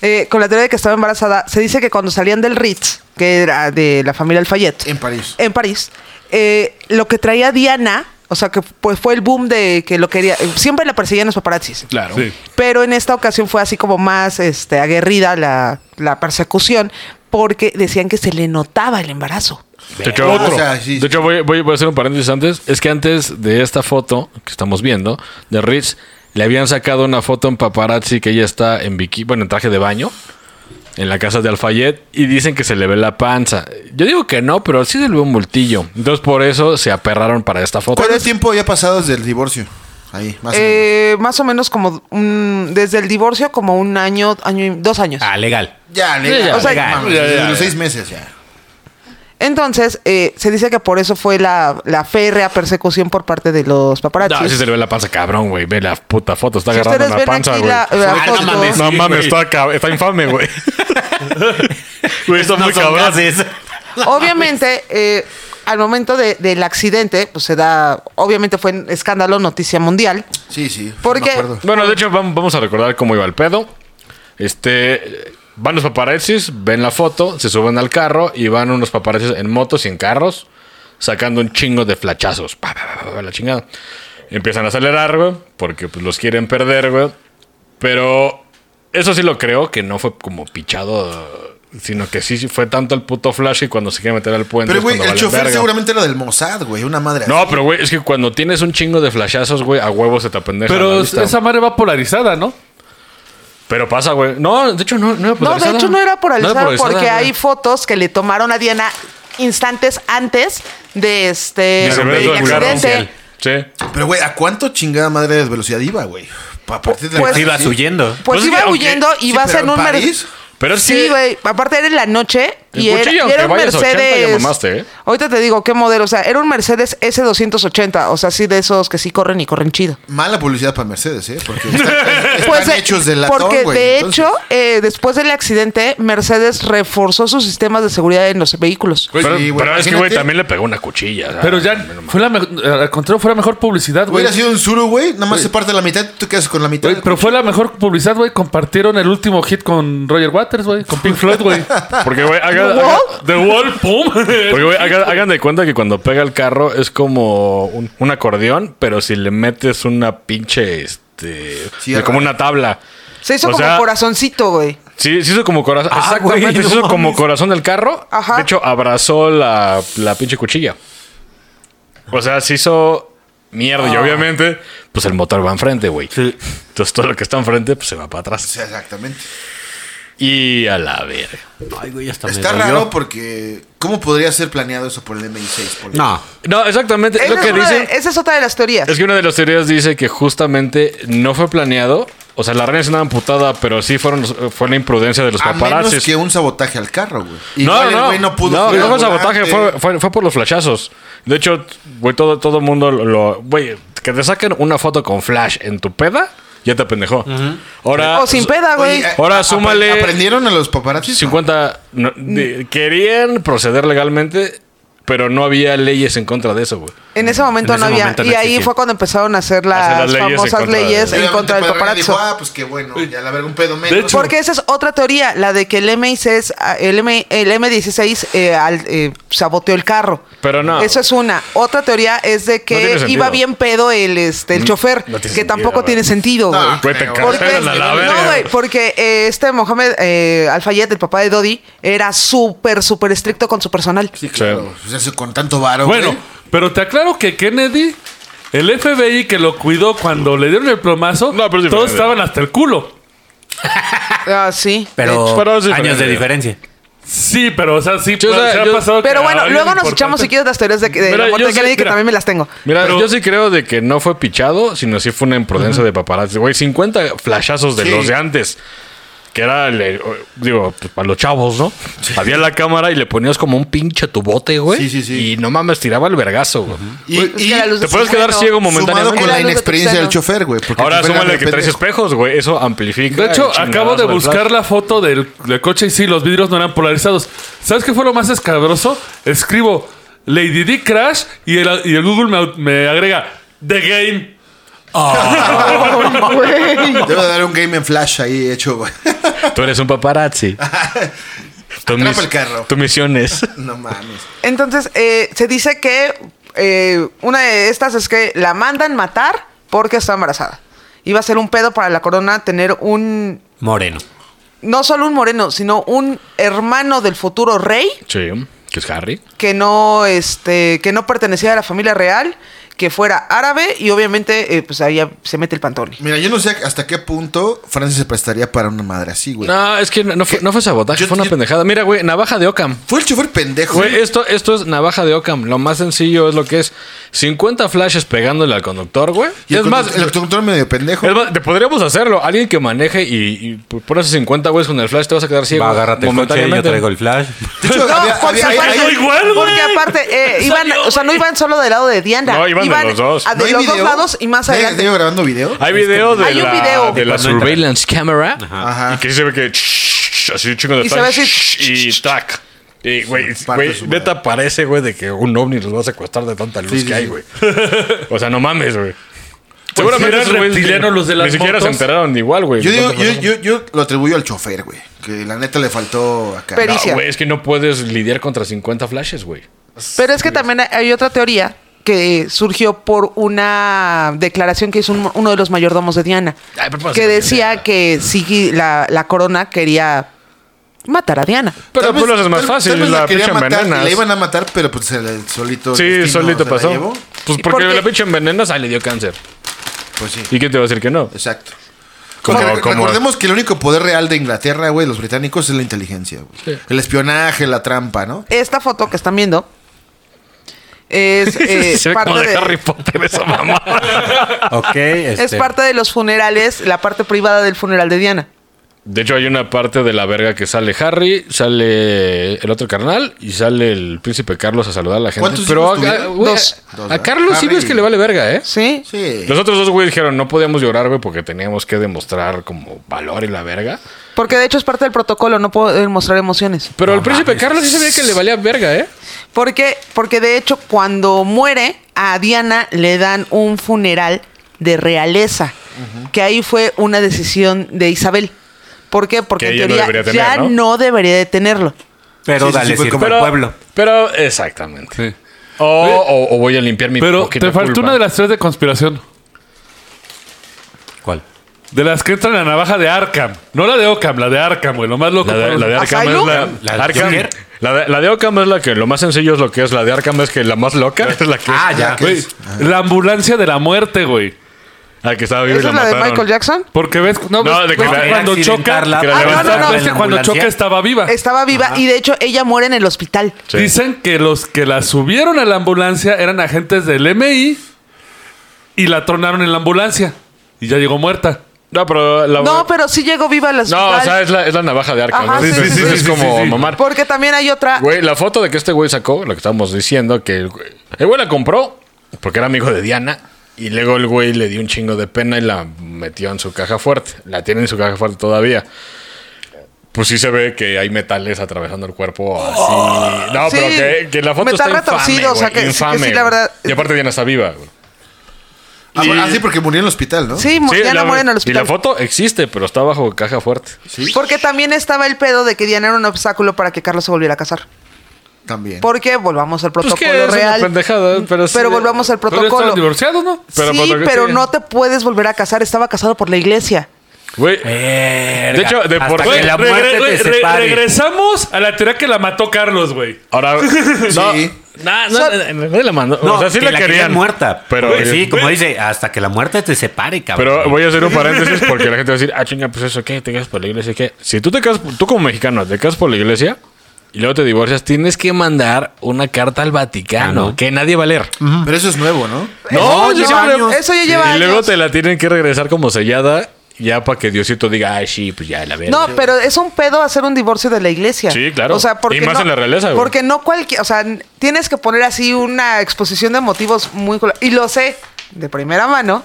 S5: Eh, con la teoría de que estaba embarazada, se dice que cuando salían del Ritz, que era de la familia Alfayet,
S4: En París.
S5: en París, eh, lo que traía Diana, o sea, que pues fue el boom de que lo quería. Siempre la perseguían los paparazzis.
S2: Claro. Sí.
S5: Pero en esta ocasión fue así como más este, aguerrida la, la persecución porque decían que se le notaba el embarazo.
S3: De hecho,
S4: Otro.
S3: o sea,
S4: sí, sí.
S3: de hecho, voy, voy- voy a hacer un paréntesis antes. Es que antes de esta foto que estamos viendo de Rich, le habían sacado una foto en paparazzi que ella está en bikini, bueno, en traje de baño, en la casa de Alfayet, y dicen que se le ve la panza. Yo digo que no, pero sí se le ve un multillo. Entonces, por eso se aperraron para esta foto.
S4: ¿Cuánto tiempo había pasado desde el divorcio? Ahí, más o menos.
S5: Eh, más o menos como un- desde el divorcio como un año, año y- dos años.
S6: Ah, legal.
S4: Ya, le,
S3: ya,
S4: o sea,
S6: ya,
S4: mames,
S2: ya,
S4: desde
S2: ya.
S4: los seis meses ya.
S5: Entonces, eh, se dice que por eso fue la, la férrea persecución por parte de los paparazzi.
S3: No, sí se le ve la panza, cabrón, güey. Ve la puta foto, está
S5: Si
S3: agarrando
S5: ustedes
S3: una
S5: ven
S3: panza,
S5: aquí
S3: güey.
S5: la- la
S6: Ah, no
S5: foto-
S6: mames.
S3: No
S6: Sí,
S3: mames,
S6: güey.
S3: está, cab- está infame, güey. Güey, está
S6: No
S3: muy
S6: son
S3: cabrón.
S6: gases.
S5: Obviamente, eh, al momento de- del accidente, pues se da, obviamente fue un escándalo, noticia mundial.
S4: Sí, sí. sí
S5: Porque-
S4: me acuerdo.
S3: Bueno, de hecho, vam- vamos a recordar cómo iba el pedo. Este. Van los paparazzis, ven la foto, se suben al carro y van unos paparazzis en motos y en carros sacando un chingo de flachazos. Pa, pa, pa, pa, pa, la chingada. Empiezan a acelerar, güey, porque pues, los quieren perder, güey. Pero eso sí lo creo, que no fue como pichado, sino que sí sí fue tanto el puto flash y cuando se quiere meter al puente.
S4: Pero,
S3: es
S4: güey,
S3: cuando
S4: el
S3: valen
S4: chofer
S3: verga.
S4: seguramente era del Mossad, güey. Una madre así.
S3: No, pero güey, es que cuando tienes un chingo de flashazos, güey, a huevos se te apendeja. la
S2: Pero
S3: vista.
S2: esa madre va polarizada, ¿no?
S3: Pero pasa, güey. No, de hecho no, no era
S5: No, de
S3: polarizada.
S5: hecho no era por
S3: No
S5: alzar
S3: polarizada,
S5: porque
S3: güey.
S5: hay fotos que le tomaron a Diana instantes antes de este
S3: Y se ve
S5: del
S3: todo el carro.
S5: accidente.
S3: Sí.
S4: Pero, güey, ¿a cuánto chingada madre de velocidad iba, güey? Pa- a partir de
S5: Pues-
S4: Sí,
S6: Ibas huyendo.
S5: Pues
S3: Pues es
S5: iba
S3: que, aunque-
S5: huyendo y
S4: sí,
S5: va a
S4: pero
S5: ser
S4: en
S5: un mer-
S4: París.
S3: Pero es
S5: Sí,
S3: que-
S5: güey. Aparte era en la noche
S3: El
S5: y era,
S3: cuchillo,
S5: y era un
S3: aunque vayas a 80, ya
S5: Mercedes.
S3: mamaste, ¿eh?
S5: Ahorita te digo qué modelo. O sea, era un Mercedes S280. O sea, sí de esos que sí corren y corren chido.
S4: Mala publicidad para Mercedes, ¿eh? Porque están, están
S5: eh,
S4: hechos de latón,
S5: Porque
S4: güey,
S5: de
S4: entonces-
S5: hecho, eh, después del accidente, Mercedes reforzó sus sistemas de seguridad en los vehículos.
S4: Güey,
S3: pero
S4: sí,
S3: pero es que, güey,
S4: imagínate.
S3: también le pegó una cuchilla. o sea,
S2: Pero ya
S3: menos mal.
S2: fue la mejor, al contrario, fue la mejor publicidad, güey.
S4: Hubiera sido un suru, güey. Nada más se parte la mitad, tú quedas con la mitad.
S2: Güey, pero fue la mejor publicidad, güey. Compartieron el último hit con Roger Waters, güey. Con Pink Floyd, güey.
S3: Porque, güey, hagan,
S5: ¿The
S3: hagan-
S5: Wall?
S2: The Wall, pum.
S3: porque, güey, hagan- hagan de cuenta que cuando pega el carro es como un, un acordeón, pero si le metes una pinche, este...
S4: Sierra.
S3: Como una tabla.
S5: Se hizo
S3: O
S5: como
S3: sea,
S5: corazoncito, güey.
S3: Sí, se hizo como corazón.
S6: Ah,
S3: Exactamente,
S6: güey,
S3: se
S6: no
S3: hizo como
S6: mames.
S3: corazón del carro.
S5: Ajá.
S3: De hecho, abrazó la, la pinche cuchilla. O sea, se hizo mierda. Y obviamente, pues el motor va enfrente, güey.
S6: Ah. Sí.
S3: Entonces todo lo que está enfrente, pues se va para
S4: O
S3: atrás.
S4: sea, exactamente.
S3: Y a la verga.
S6: Ay, güey, hasta me
S4: Está
S6: dolió.
S4: raro porque... ¿Cómo podría ser planeado eso por el MI6? Por el-
S6: No.
S3: No, exactamente.
S5: Esa
S3: Lo que
S5: es una de-
S3: dice
S5: esa es otra de las teorías.
S3: es que una de las teorías dice que justamente no fue planeado. O sea, la reina es una amputada, pero sí fueron, los- fue la imprudencia de los
S4: A menos
S3: paparazzis.
S4: que un sabotaje al carro, güey.
S3: No,
S4: Igual el
S3: no,
S4: güey
S3: no.
S4: no pudo...
S3: No,
S4: subir
S3: no
S4: al
S3: fue sabotaje,
S4: volante.
S3: fue, fue- fue por los flashazos. De hecho, güey, todo, todo mundo lo- lo. Güey, que te saquen una foto con flash en tu peda, ya te pendejó. Ahora.
S5: o sin peda, Ah, güey.
S4: Oye, eh,
S3: Ahora
S4: apre-
S3: súmale-
S4: ¿Aprendieron a los paparazzi?
S3: 50. no, de- querían proceder legalmente, pero no había leyes en contra de eso, güey.
S5: En ese momento
S6: En ese
S5: no había.
S6: momento no
S5: y ahí
S6: existía.
S5: fue cuando empezaron a hacer las,
S3: Hacer las leyes en
S5: famosas
S3: contra de-
S5: leyes en
S4: Obviamente,
S5: contra del
S4: Pedro Herrera
S5: paparazzo.
S4: Dijo, ah, pues qué bueno, ya la verga, un pedo menos.
S2: hecho,
S5: Porque esa es otra teoría, la de que el M16, ah, el, M, el M16 eh, al- eh, saboteó el carro.
S3: Pero no.
S5: Eso es una. Otra teoría es de
S3: No tiene
S5: que
S3: sentido. Mm,
S5: iba bien pedo el, este, el chofer,
S3: no tiene
S5: que
S3: sentido,
S5: tampoco
S3: güey.
S5: tiene sentido, güey.
S4: No,
S3: Güey, te
S4: Pero-
S5: Porque,
S3: cancelan a la verga.
S5: no, güey, porque eh, este Mohamed eh, Al-Fayed, el papá de Dodi, era súper, súper estricto con su personal.
S4: Sí, claro. pues, O sea, eso con tanto varo,
S2: Bueno,
S3: pues,
S4: güey.
S2: pero te aclaro que Kennedy, el FBI que lo cuidó cuando le dieron el plomazo,
S3: No, pero es
S2: todos
S3: diferente.
S2: estaban hasta el culo.
S5: Ah, sí.
S6: Pero,
S3: Pero es diferente.
S6: años de diferencia.
S2: Sí, pero, o sea, sí,
S3: Yo, o
S2: pues,
S3: sea,
S2: se ha
S3: yo-
S2: pasado que
S5: Pero bueno,
S2: alguien
S5: luego nos
S2: importante-
S5: echamos, si quieres, las teorías de, de
S3: Mira,
S5: la muerte
S3: yo
S5: de
S3: sí-
S5: Kennedy, que
S3: mira.
S5: también me las tengo.
S3: Mira,
S2: Pero-
S3: yo sí creo de que no fue pichado, sino sí fue una imprudencia de paparazzi. Güey, 50 flashazos de
S4: Sí.
S3: los de antes. Que era, el- el- digo, pues, para los chavos, ¿no? Había la cámara y le ponías como un pinche tubote, güey.
S4: Sí, sí, sí.
S3: Y no mames, tiraba el vergazo, güey.
S4: Y,
S5: Pues, es
S4: y
S5: que la luz
S3: Te
S5: Sí,
S3: puedes
S5: bueno.
S3: quedar ciego
S4: sumado
S3: momentáneamente.
S4: con la
S5: Era luz de
S4: inexperiencia del
S5: Tuxedo.
S4: chofer, güey. porque el
S3: Ahora
S4: chofer
S3: súmale
S4: era
S3: que traes
S4: pendejo.
S3: espejos, güey. Eso amplifica.
S2: De hecho,
S3: el chingadazo
S2: acabo de
S3: del
S2: buscar
S3: flash.
S2: la foto del, del coche y sí, los vidrios no eran polarizados. ¿Sabes qué fue lo más escabroso? Escribo Lady D Crash y el, y el Google me, me agrega The Game.
S4: Debe de dar un game en flash ahí hecho, güey.
S3: Tú eres un paparazzi. tu,
S4: Atrapa el carro.
S3: tu misión es.
S4: No mames.
S5: Entonces, eh, se dice que eh, una de estas es que la mandan matar porque está embarazada. Iba a ser un pedo para la corona tener un,
S6: Moreno.
S5: no solo un moreno, sino un hermano del futuro rey
S3: Sí, que es Harry.
S5: que no, este, que no pertenecía a la familia real, que fuera árabe y obviamente eh, pues ahí ya se mete el pantone.
S4: Mira, yo no sé hasta qué punto Francia se prestaría para una madre así, güey.
S3: No, es que no no fue, no fue sabotaje,
S4: Yo-
S3: fue una
S4: yo-
S3: pendejada. Mira, güey, navaja de Ockham.
S4: Fue el chofer pendejo.
S3: Güey, esto, esto es navaja de Ockham. Lo más sencillo es lo que es 50 flashes pegándole al conductor, güey.
S4: Y el
S3: Es más,
S4: conductor- el conductor medio pendejo.
S3: es más, te podríamos hacerlo. Alguien que maneje y, y por esos 50 güeyes con el flash te vas a quedar ciego.
S6: Va, agárrate el coche, yo
S3: momentáneamente.
S6: traigo el flash.
S4: De hecho,
S5: No,
S4: había-
S5: porque
S4: había- hay-
S5: aparte,
S4: hay-
S2: igual, güey.
S5: porque aparte, eh, iban, o sea, no iban solo del lado de Diana,
S3: No, iban de los dos.
S5: a-
S4: ¿no
S5: de
S4: hay
S5: los
S4: video?
S5: dos lados y más
S4: ¿No hay-
S5: adelante.
S4: ¿Tengo grabando video?
S3: Hay video de
S5: Hay un
S3: la,
S5: video.
S3: de la
S6: Cuando entra.
S3: surveillance camera. Y
S4: Ajá.
S3: que sí se ve que shh, así un chingo de
S5: Y se
S3: tal,
S5: ve así,
S3: shh, y tac. Y, güey,
S4: Parte
S3: güey,
S4: su madre.
S3: neta parece, güey, de que un ovni los va a secuestrar de tanta luz
S4: Sí, sí,
S3: que hay,
S4: sí.
S3: güey. O sea, no mames, güey.
S2: si eran
S3: esos güeyes
S2: reptilianos
S3: ni-
S2: los de las
S3: Ni siquiera se
S2: motos.
S3: enteraron igual, güey.
S4: Yo,
S3: No
S4: digo,
S3: te
S4: yo,
S3: acuerdas.
S4: yo, yo lo atribuyo al chofer, güey. Que la neta le faltó acá.
S5: Pero-
S3: No, güey, es que no puedes lidiar contra 50 flashes, güey.
S5: Pero es que también hay- hay otra teoría que surgió por una declaración que hizo un- uno de los mayordomos de Diana,
S3: Ay, pero
S5: que
S3: pues,
S5: decía que sí, la, la corona quería matar a Diana.
S3: Pero
S4: Tal
S3: pues
S4: vez-
S3: lo haces más
S4: tal-
S3: fácil,
S4: tal vez
S3: la
S4: quería
S3: pinche
S4: matar,
S3: envenenas.
S4: La iban a matar, pero pues el solito.
S3: Sí,
S4: destino se
S3: solito
S4: la
S3: pasó.
S4: llevó.
S3: Pues
S5: ¿Y por
S3: porque
S5: qué?
S3: la pinche envenenas, ahí le dio cáncer.
S4: Pues sí,
S3: ¿Y quién te va a decir que no?
S4: exacto.
S3: Como-
S4: Porque rec-
S3: como-
S4: Recordemos que el único poder real de Inglaterra, güey, los británicos, es la inteligencia, güey. El espionaje, la trampa, ¿no?
S5: Esta foto que están viendo es eh,
S3: se ve como de
S5: parte de-
S3: Harry Potter esa mamá.
S6: Ok, este,
S5: es parte de los funerales, la parte privada del funeral de Diana.
S3: De hecho, hay una parte de la verga que sale Harry, sale el otro carnal y sale el príncipe Carlos a saludar a la gente.
S4: ¿Cuántos
S3: Pero
S4: hijos
S3: a, a-
S4: tuvieron?
S3: güey,
S5: Dos.
S3: a-
S4: Dos,
S3: a
S4: ¿verdad?
S3: Carlos sí
S4: Harry.
S3: ves que le vale verga, ¿eh?
S5: ¿Sí?
S4: Sí.
S3: Los otros dos güeyes dijeron, no podíamos llorar, güey, porque teníamos que demostrar como valor y la verga.
S5: Porque de hecho es parte del protocolo, no puedo eh, mostrar emociones.
S3: Pero el príncipe Carlos sí se veía que le valía verga, ¿eh?
S5: Porque, porque de hecho cuando muere a Diana le dan un funeral de realeza, que ahí fue una decisión de Isabel. ¿Por qué? Porque
S3: Que
S5: en
S3: ella no
S5: teoría
S3: debería
S5: ya
S3: tener, ¿no?
S5: no debería de tenerlo.
S6: Pero
S4: Sí, sí, sí,
S6: dale
S4: fue
S6: circo
S4: como-
S6: al pueblo.
S3: Pero, exactamente.
S2: Sí.
S3: O, Oh, o- o voy a limpiar mi
S2: Pero
S3: poquita
S2: te faltó
S3: culpa.
S2: una de las tres de conspiración.
S6: ¿Cuál?
S2: De las que entran en la navaja de Arkham. No la de Ockham, la de Arkham, güey. Lo más loco.
S3: La de, la de Arkham
S5: ¿Asylum?
S3: es la,
S6: ¿La de
S3: Arkham-
S6: Joker?
S3: la de- la de Arkham es la que lo más sencillo es lo que es. La de Arkham es que la más loca es la que
S6: Ah,
S3: es,
S6: ya.
S4: ¿Qué
S2: Güey,
S4: es?
S2: la ambulancia de la muerte, güey.
S3: la que estaba viva y la
S5: ¿Esa es la de
S3: mataron.
S5: Michael Jackson?
S2: Porque ves, no,
S3: No,
S2: ves-
S3: de que
S2: ves
S3: la-
S2: que cuando choca,
S6: accidentarla-
S3: que la
S2: Ah, no, no,
S3: levantaron
S2: no,
S6: en
S2: es que
S6: la
S2: cuando
S6: ambulancia.
S2: choca estaba viva.
S5: Estaba viva y de hecho ella muere en el hospital.
S3: Sí.
S2: Dicen que los que la subieron a la ambulancia eran agentes del MI y la tronaron en la ambulancia y ya llegó muerta.
S3: No, pero la
S5: No, pero sí llegó viva al hospital.
S3: Ah, No, o sea, es la, es la navaja de Arkham. ¿no?
S5: Ajá, sí,
S3: Es-
S5: sí,
S3: es-
S5: sí,
S3: es
S2: sí,
S3: como
S2: sí, sí.
S3: mamar.
S5: Porque también hay otra.
S3: Güey, la foto de que este güey sacó, lo que estábamos diciendo, que el güey, el güey la compró porque era amigo de Diana. Y luego el güey le dio un chingo de pena y la metió en su caja fuerte. La tiene en su caja fuerte todavía. Pues sí se ve que hay metales atravesando el cuerpo así. no,
S5: Sí.
S3: pero que, que la foto
S5: Metal
S3: está infame,
S5: retorcido, o sea,
S3: güey,
S5: que sí, que
S3: infame,
S5: sí, la
S3: güey.
S5: verdad-
S3: Y aparte Diana está viva, güey.
S4: Ah, bueno, ah, sí, porque murió en el hospital, ¿no?
S5: Sí, mu-
S3: Sí,
S5: Diana
S3: la-
S5: muere en el
S3: Y la
S5: hospital.
S3: foto existe, pero está bajo caja fuerte.
S5: Porque también estaba el pedo de que Diana era un obstáculo para que Carlos se volviera a casar.
S4: También.
S5: Porque volvamos al
S3: Pues
S5: protocolo
S3: que es una
S5: real. Mm,
S3: pendejada, pero sí.
S5: volvamos al
S2: Pero ya estaban
S5: protocolo.
S2: divorciados, ¿no?
S3: Pero
S5: sí,
S3: protocolo-
S5: pero
S3: sí.
S5: no te puedes volver a casar. Estaba casado por la iglesia.
S3: Güey,
S6: De
S3: De hecho, de por-
S6: que la
S2: Güey,
S6: muerte
S2: regre-
S6: te
S2: re-
S6: separe.
S2: regresamos a la teoría que la mató Carlos, güey.
S3: Ahora. No,
S4: Sí.
S3: no, no,
S5: Son-
S3: no, no la mandó.
S6: No,
S3: o sea, sí
S6: que
S3: la
S6: la
S3: querían.
S6: querían muerta.
S3: Pero,
S6: Pero sí,
S3: eh,
S6: como dice, hasta que la muerte te separe, cabrón.
S3: Pero voy a hacer un paréntesis porque la gente va a decir, ah, chinga, pues eso, ¿qué? ¿Te casas por la iglesia? ¿Qué? Si tú te casas, tú como mexicano, te casas por la iglesia y luego te divorcias, tienes que mandar una carta al Vaticano
S6: Ah, ¿no?
S3: que nadie va a leer.
S4: Pero eso es nuevo, ¿no?
S3: No,
S5: eso
S3: yo
S5: Eh, lleva
S3: siempre-
S5: años. Eso ya lleva
S3: Y luego
S5: años.
S3: te la tienen que regresar como sellada ya para que Diosito diga, ay, sí, pues ya la verga.
S5: No, pero es un pedo hacer un divorcio de la iglesia.
S3: Sí, claro.
S5: O sea, porque
S3: Y más
S5: no-
S3: en la realeza, güey.
S5: Porque no cualquier, o sea, n- tienes que poner así una exposición de motivos muy cul- y lo sé de primera mano.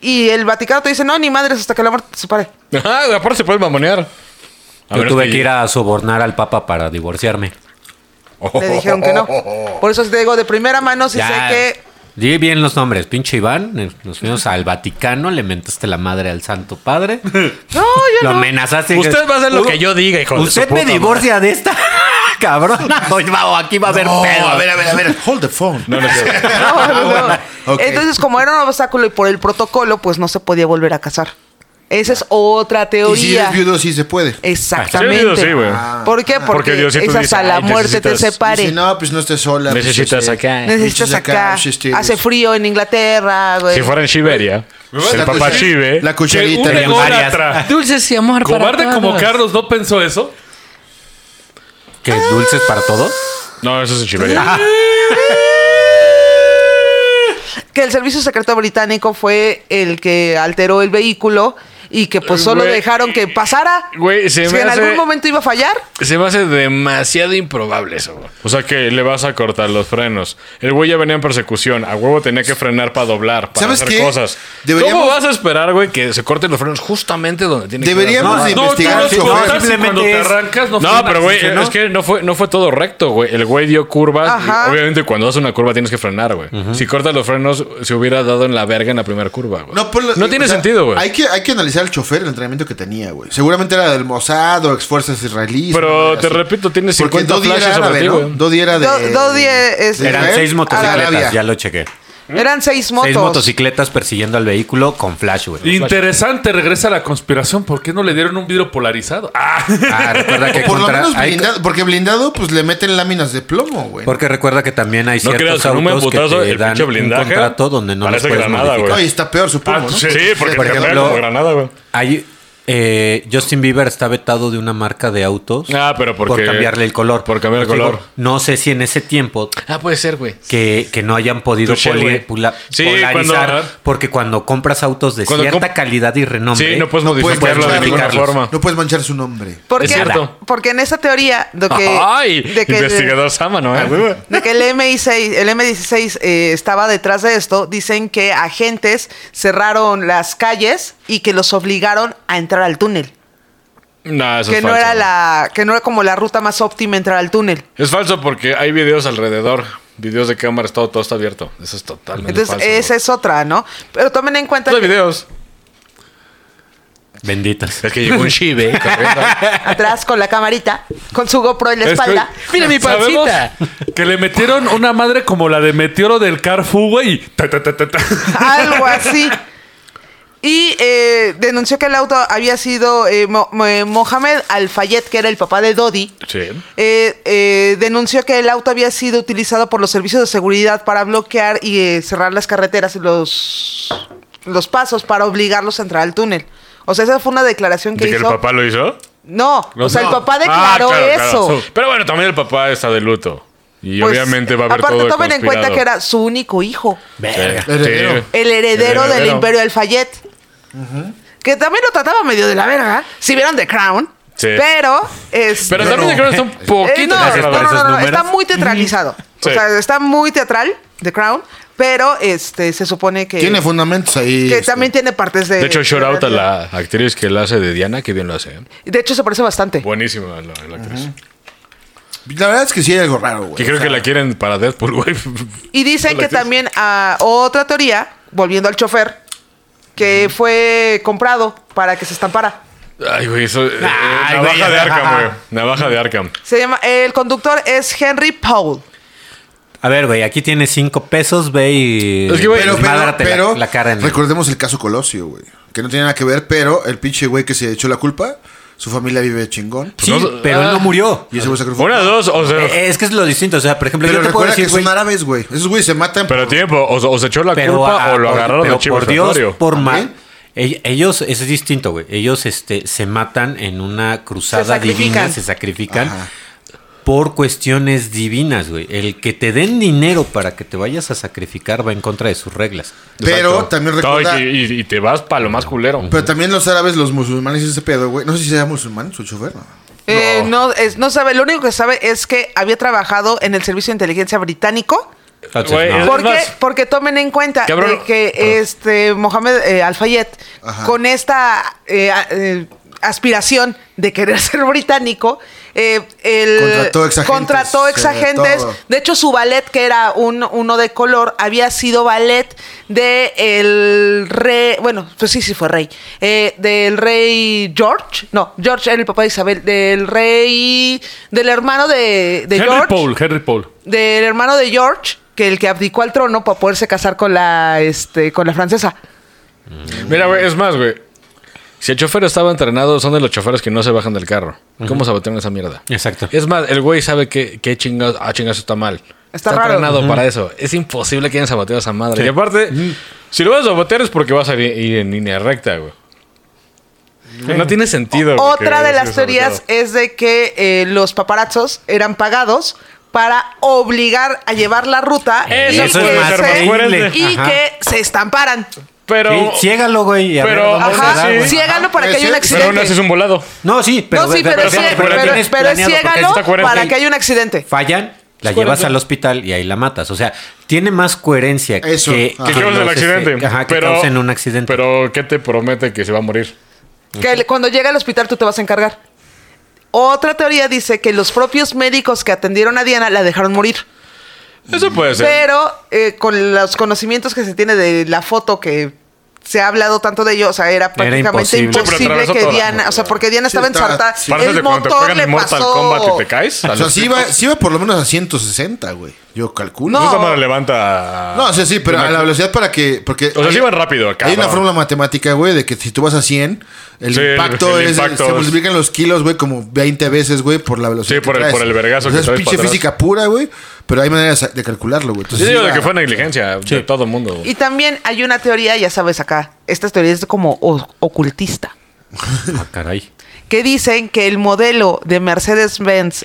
S5: Y el Vaticano te dice, "No, ni madres hasta que la muerte se separe."
S3: Ah, aparte se puede mamonear. A
S6: Yo
S3: menos
S6: tuve que ir a sobornar al Papa para divorciarme.
S5: Le dijeron que no. Por eso te digo de primera mano sí sé que
S6: Di bien los nombres, pinche Iván. eh, Nos fuimos al Vaticano, le mentaste la madre al Santo Padre.
S5: No, yo
S6: lo
S5: no.
S6: amenazaste.
S3: Usted va a hacer lo
S6: U-
S3: que yo diga, hijo de su
S6: Usted
S3: puta
S6: me divorcia de esta. Cabrón, Hoy va- aquí va a haber
S4: No,
S6: pedo.
S4: a ver, a ver, a ver. Hold the phone.
S3: No, no es cierto.
S5: No, no, no.
S4: Ok.
S5: Entonces, como era un obstáculo y por el protocolo, pues no se podía volver a casar. Esa es otra
S4: Y si
S5: teoría.
S4: eres viudo, sí se puede.
S5: Eh, Exactamente. Ah.
S3: Sí, sí, güey.
S5: ¿Por qué?
S3: Porque
S5: Porque,
S3: Diosito
S5: es
S3: dice,
S5: hasta la
S3: "Ay,
S5: muerte te
S3: necesitas-
S5: separe.
S4: Dice, no, pues no estés sola. pues,
S3: Necesitas
S4: este,
S3: acá.
S5: Necesitas acá.
S4: necesitas acá, pues,
S5: Hace frío en Inglaterra, güey.
S3: Si fuera en Siberia, el
S4: la
S3: papá
S4: cuchara-
S3: Chive. ¿eh?
S4: La
S2: Que
S4: cucharita.
S2: un
S4: güey.
S2: ególatra.
S7: Ah, Dulces y amor para
S2: Cobarde como
S7: todos.
S2: Carlos no pensó eso.
S6: ¿Qué dulces para todos?
S3: No, eso es en Siberia.
S5: Que el servicio secreto británico fue el que alteró el vehículo y que pues solo
S3: Güey.
S5: dejaron que pasara.
S3: Güey, se
S5: Si
S3: me
S5: en
S3: hace-
S5: algún momento iba a fallar.
S3: Se me hace demasiado improbable eso, güey. O sea que le vas a cortar los frenos. El güey ya venía en persecución. A huevo tenía que frenar para doblar, para
S4: ¿Sabes
S3: hacer
S4: qué?
S3: cosas.
S4: Deberíamos-
S3: ¿Cómo vas a esperar, güey, que se corten los frenos justamente donde tiene
S4: Deberíamos
S3: que
S4: de
S3: ser?
S2: No, tú
S4: investigar
S2: no
S4: si
S2: importas
S4: fue-
S2: si cuando te
S6: Simplemente es-
S2: arrancas no
S3: No,
S2: fue un
S3: pero güey,
S2: accidente, ¿no?
S3: es que no fue, no fue todo recto, güey. El güey dio curvas. y
S5: Ajá.
S3: obviamente cuando das una curva tienes que frenar, güey. Si cortas los frenos, se hubiera dado en la verga en la primera curva, güey. No,
S4: ponlo-
S3: tiene
S4: pues o sea,
S3: sentido, güey.
S4: Hay que, hay que analizar al chofer, el entrenamiento que tenía, güey. Seguramente era del Mossad o exfuerzas israelíes.
S3: Pero
S4: ¿no?
S3: te
S4: Así.
S3: repito, tienes
S4: Porque
S3: 50
S4: Dodi era
S3: flashes sobre
S4: árabe,
S3: ti,
S4: ¿no?
S3: güey.
S4: Dodi era de...
S5: Do- Dodi es-
S4: de
S5: Eran
S6: Eran
S4: Israel
S6: seis
S4: a
S6: motocicletas,
S4: Arabia.
S6: ya lo chequé.
S5: Eran seis motos.
S6: Seis motocicletas persiguiendo al vehículo con flash, güey.
S2: Interesante, regresa la conspiración. ¿Por qué no le dieron un vidrio polarizado? Ah,
S6: Ah, recuerda que
S4: Por lo
S6: contra-
S4: menos
S6: hay-
S4: blindado, porque blindado pues le meten láminas de plomo, güey.
S6: Porque recuerda que también hay
S3: No creas,
S6: ciertos
S3: con un buen
S6: autos que
S3: putazo,
S6: te
S3: el
S6: dan
S3: pinche
S6: un
S3: blindaje
S6: contrato donde no los
S3: parece
S6: puedes
S3: granada, güey.
S6: modificar.
S4: No, y está peor su plomo,
S2: Ah,
S4: ¿no?
S2: sí.
S3: Sí, porque
S6: Por
S3: te
S6: ejemplo-
S3: cargan como granada, güey.
S6: Hay- eh, Justin Bieber está vetado de una marca de autos
S3: Ah, pero
S6: por
S3: porque-
S6: cambiarle el color.
S3: por cambiar el
S6: Digo,
S3: color.
S6: No sé si en ese tiempo
S3: Ah, puede ser, güey.
S6: que, que no hayan podido
S3: Touché,
S6: poli-
S3: güey.
S6: pula-
S3: Sí,
S6: polarizar,
S3: cuando-
S6: porque cuando compras autos de
S3: Cuando
S6: cierta
S3: comp-
S6: calidad y renombre,
S3: Sí, no puedes
S4: puedes
S3: modificarlo de ninguna
S6: modificarlos.
S3: forma.
S4: No puedes manchar su nombre.
S5: Porque,
S3: Es cierto.
S5: porque en esa teoría de que,
S3: Ay,
S5: de que-
S3: investigador Sama, ¿no? eh?
S5: de que el MI6, el M16 eh, estaba detrás de esto, dicen que agentes cerraron las calles y que los obligaron a entrar al túnel.
S3: No, eso
S5: que
S3: es
S5: no
S3: falso.
S5: era la, que no era como la ruta más óptima entrar al túnel.
S3: Es falso porque hay videos alrededor, videos de cámaras, todo, todo está abierto. Eso es totalmente
S5: Entonces,
S3: falso.
S5: esa es otra, ¿no? Pero tomen en cuenta
S3: Los
S5: que
S3: videos.
S6: benditas.
S3: Es que llegó un chive corriendo.
S5: atrás con la camarita, con su GoPro en la espalda.
S7: Mira mi
S2: Sabemos
S7: pancita.
S2: que le metieron una madre como la de Meteoro del Carrefour, güey. y ta, ta, ta, ta, ta.
S5: algo así. Y eh, denunció que el auto había sido eh, Mo- Mo- Mohamed Al-Fayed, que era el papá de Dodi.
S3: Sí.
S5: eh, eh, denunció que el auto había sido utilizado por los servicios de seguridad para bloquear y eh, cerrar las carreteras y los, los pasos para obligarlos a entrar al túnel. O sea, esa fue una declaración que
S3: ¿De que el
S5: hizo.
S3: papá lo hizo?
S5: No, o sea, el papá
S3: Ah,
S5: declaró
S3: claro, claro.
S5: eso.
S3: Pero bueno, también el papá está de luto. Y
S5: Pues,
S3: obviamente va a haber
S5: aparte,
S3: todo
S5: tomen en cuenta
S3: conspirado.
S5: que era su único hijo.
S3: Sí,
S4: Heredero.
S3: sí.
S5: el heredero
S3: El
S5: del
S3: heredero.
S5: imperio del Fayet. Que también lo trataba medio de la verga. Si vieron The Crown.
S3: Sí.
S5: Pero, es,
S3: Pero también creo que está un poquito
S5: Eh, no, no,
S3: exagerado.
S5: no,
S6: esos
S5: no, está
S6: números.
S5: muy teatralizado.
S3: Sí.
S5: O sea, está muy teatral The Crown. Pero este se supone que,
S4: Tiene fundamentos ahí.
S5: que
S4: este.
S5: también tiene partes de.
S3: De hecho, shout out a
S5: realidad.
S3: la actriz que la hace de Diana, que bien lo hace. ¿eh?
S5: De hecho, se parece bastante.
S3: Buenísima la, la actriz.
S4: La verdad es que sí hay algo raro,
S3: Que
S4: güey.
S3: creo que la quieren para Deadpool, güey.
S5: Y dicen
S3: Hola,
S5: que
S3: ¿qué es?
S5: también ah, otra teoría, volviendo al chofer, que fue comprado para que se estampara.
S3: Ay, güey, eso. eh, eh,
S6: Ay,
S3: navaja
S6: güey.
S3: de Arkham, güey. Navaja de Arkham.
S5: Se llama, el conductor es Henry Powell.
S6: A ver, güey, aquí tienes cinco pesos, ve y
S3: Es que, güey,
S4: Pero, pero,
S6: desmádrate la-
S4: pero,
S6: la, cara en
S4: recordemos el caso Colosio, güey. Que no tiene nada que ver, pero el pinche güey que se echó la culpa, su familia vive chingón.
S6: Sí,
S3: Pues no-
S6: pero él no
S3: ah.
S6: murió.
S4: Y ese güey sacrificó.
S3: Una, dos, o sea.
S6: Eh, Es que es lo distinto. O sea, por ejemplo,
S4: Pero
S6: yo te puedo
S4: recuerda
S6: decir,
S4: que
S6: güey,
S4: son árabes, güey. Esos güeyes se matan.
S3: Pero
S4: por-
S3: tiempo, o, o se echó la
S6: pero
S3: culpa
S6: ah,
S3: o lo
S6: por-
S3: agarraron
S6: pero
S3: de chivo
S6: por Dios,
S3: expiatorio.
S6: por
S4: ¿Eh?
S6: mal. Ell- Ellos, es distinto, güey. Ellos este, se matan en una cruzada
S5: sacrifican.
S6: divina, se sacrifican
S4: Ajá.
S6: por cuestiones divinas, güey. El que te den dinero para que te vayas a sacrificar va en contra de sus reglas.
S4: Pero
S3: Exacto.
S4: también
S3: No, y-
S4: recuerda.
S3: y, y te vas para lo más culero.
S4: Pero también los árabes, los musulmanes y ese pedo, güey. No sé si sea musulmán su chofer. ¿no?
S5: Eh, no, es- no sabe, lo único que sabe es que había trabajado en el Servicio de Inteligencia Británico.
S6: Entonces,
S3: Güey,
S6: no.
S3: es-
S5: Porque,
S3: más-
S5: porque tomen en cuenta
S3: Cabrón.
S5: de que este Mohamed eh, Al-Fayed,
S4: Ajá.
S5: con esta eh, a- eh, aspiración de querer ser británico, eh, él
S4: Contrató exagentes,
S5: contrató
S4: eh,
S5: exagentes.
S4: todo.
S5: De hecho, su ballet, que era un, uno de color, había sido ballet de el rey, bueno, pues sí, sí fue rey, eh, del rey George, no, George era el papá de Isabel, del rey, del hermano de, de
S2: Henry
S5: George
S2: Paul, Henry Paul.
S5: del hermano de George, que el que abdicó al trono para poderse casar con la este con la francesa.
S3: Mira, güey, es más, güey. Si el chofer estaba entrenado, son de los choferes que no se bajan del carro. ¿Cómo sabotean esa mierda?
S6: Exacto.
S3: Es más, el güey sabe que, que chingados, ah, chingados está mal.
S5: Está raro.
S3: entrenado para eso. Es imposible que hayan saboteado esa madre. Y aparte, si lo vas a sabotear es porque vas a ir, ir en línea recta, güey. No tiene sentido. güey,
S5: Otra
S3: que
S5: de las
S3: hayas saboteado.
S5: teorías es de que eh, los paparazzos eran pagados para obligar a llevar la ruta
S3: Eso
S5: y,
S3: es
S5: que,
S3: más
S5: se,
S3: horrible.
S5: y
S6: Ajá.
S5: que se estamparan.
S3: Pero.
S6: Sí, ciégalo, güey. y a
S3: pero-
S6: ver dónde
S3: Ajá,
S6: se da,
S3: sí.
S6: güey.
S5: ciégalo para que
S4: Pues
S5: haya un
S4: sí,
S3: Pero aún
S5: accidente.
S3: haces un volado.
S6: No, sí, pero.
S5: no, sí, pero, sí,
S3: pero-
S5: pero,
S3: pero
S5: pero,
S6: tienes planeado, porque
S5: ciégalo
S6: está coherente.
S5: para que haya un accidente.
S6: Fallan, la llevas al hospital y ahí la matas. O sea, tiene más coherencia
S4: Eso.
S6: que.
S4: Ah.
S3: Que
S4: Ajá.
S3: causen el
S6: los, este,
S3: accidente.
S6: ajá, que
S3: pero,
S6: causen un accidente.
S3: Pero, ¿qué te promete que se va a morir?
S5: Que le- cuando llegue al hospital tú te vas a encargar. Otra teoría dice que los propios médicos que atendieron a Diana la dejaron morir.
S3: Eso puede ser.
S5: Pero eh, con los conocimientos que se tiene de la foto que se ha hablado tanto de ello, o sea, era prácticamente
S6: imposible.
S3: Sí,
S5: imposible,
S3: pero atravesó
S5: que
S3: toda la
S5: Diana, o sea, porque Diana
S4: Sí,
S5: estaba
S4: estaba-
S5: ensartada.
S4: sí.
S3: Parece
S5: El
S3: que cuando te
S5: motor
S3: pegan
S5: le
S3: en Mortal
S5: pasó.
S3: Kombat y te caes.
S4: O sea, sí iba, sí iba por lo menos a 160, güey. Yo calculo.
S5: No.
S3: No, cámara levanta.
S4: No, o sea, sí, pero a la velocidad para que. Porque
S3: O sea, sí
S4: hay-
S3: iban rápido acá.
S4: Hay una fórmula matemática, güey, de que si tú vas a 100, el
S3: Sí, el-
S4: impacto
S3: el
S4: es.
S3: impacto
S4: se
S3: es-
S4: multiplican los kilos, güey, como 20 veces, güey, por la velocidad.
S3: Sí, por
S4: que
S3: el-
S4: traes.
S3: por el vergazo
S4: O sea,
S3: que
S4: es
S3: traes
S4: pinche
S3: para atrás.
S4: física pura, güey. Pero hay maneras de calcularlo, güey.
S3: Yo
S4: Entonces,
S3: digo
S4: sí,
S3: de que
S4: ah,
S3: fue negligencia de todo el mundo.
S5: Y también hay una teoría, ya sabes acá, esta teoría es como o- ocultista,
S6: Ah, caray.
S5: que dicen que el modelo de Mercedes-Benz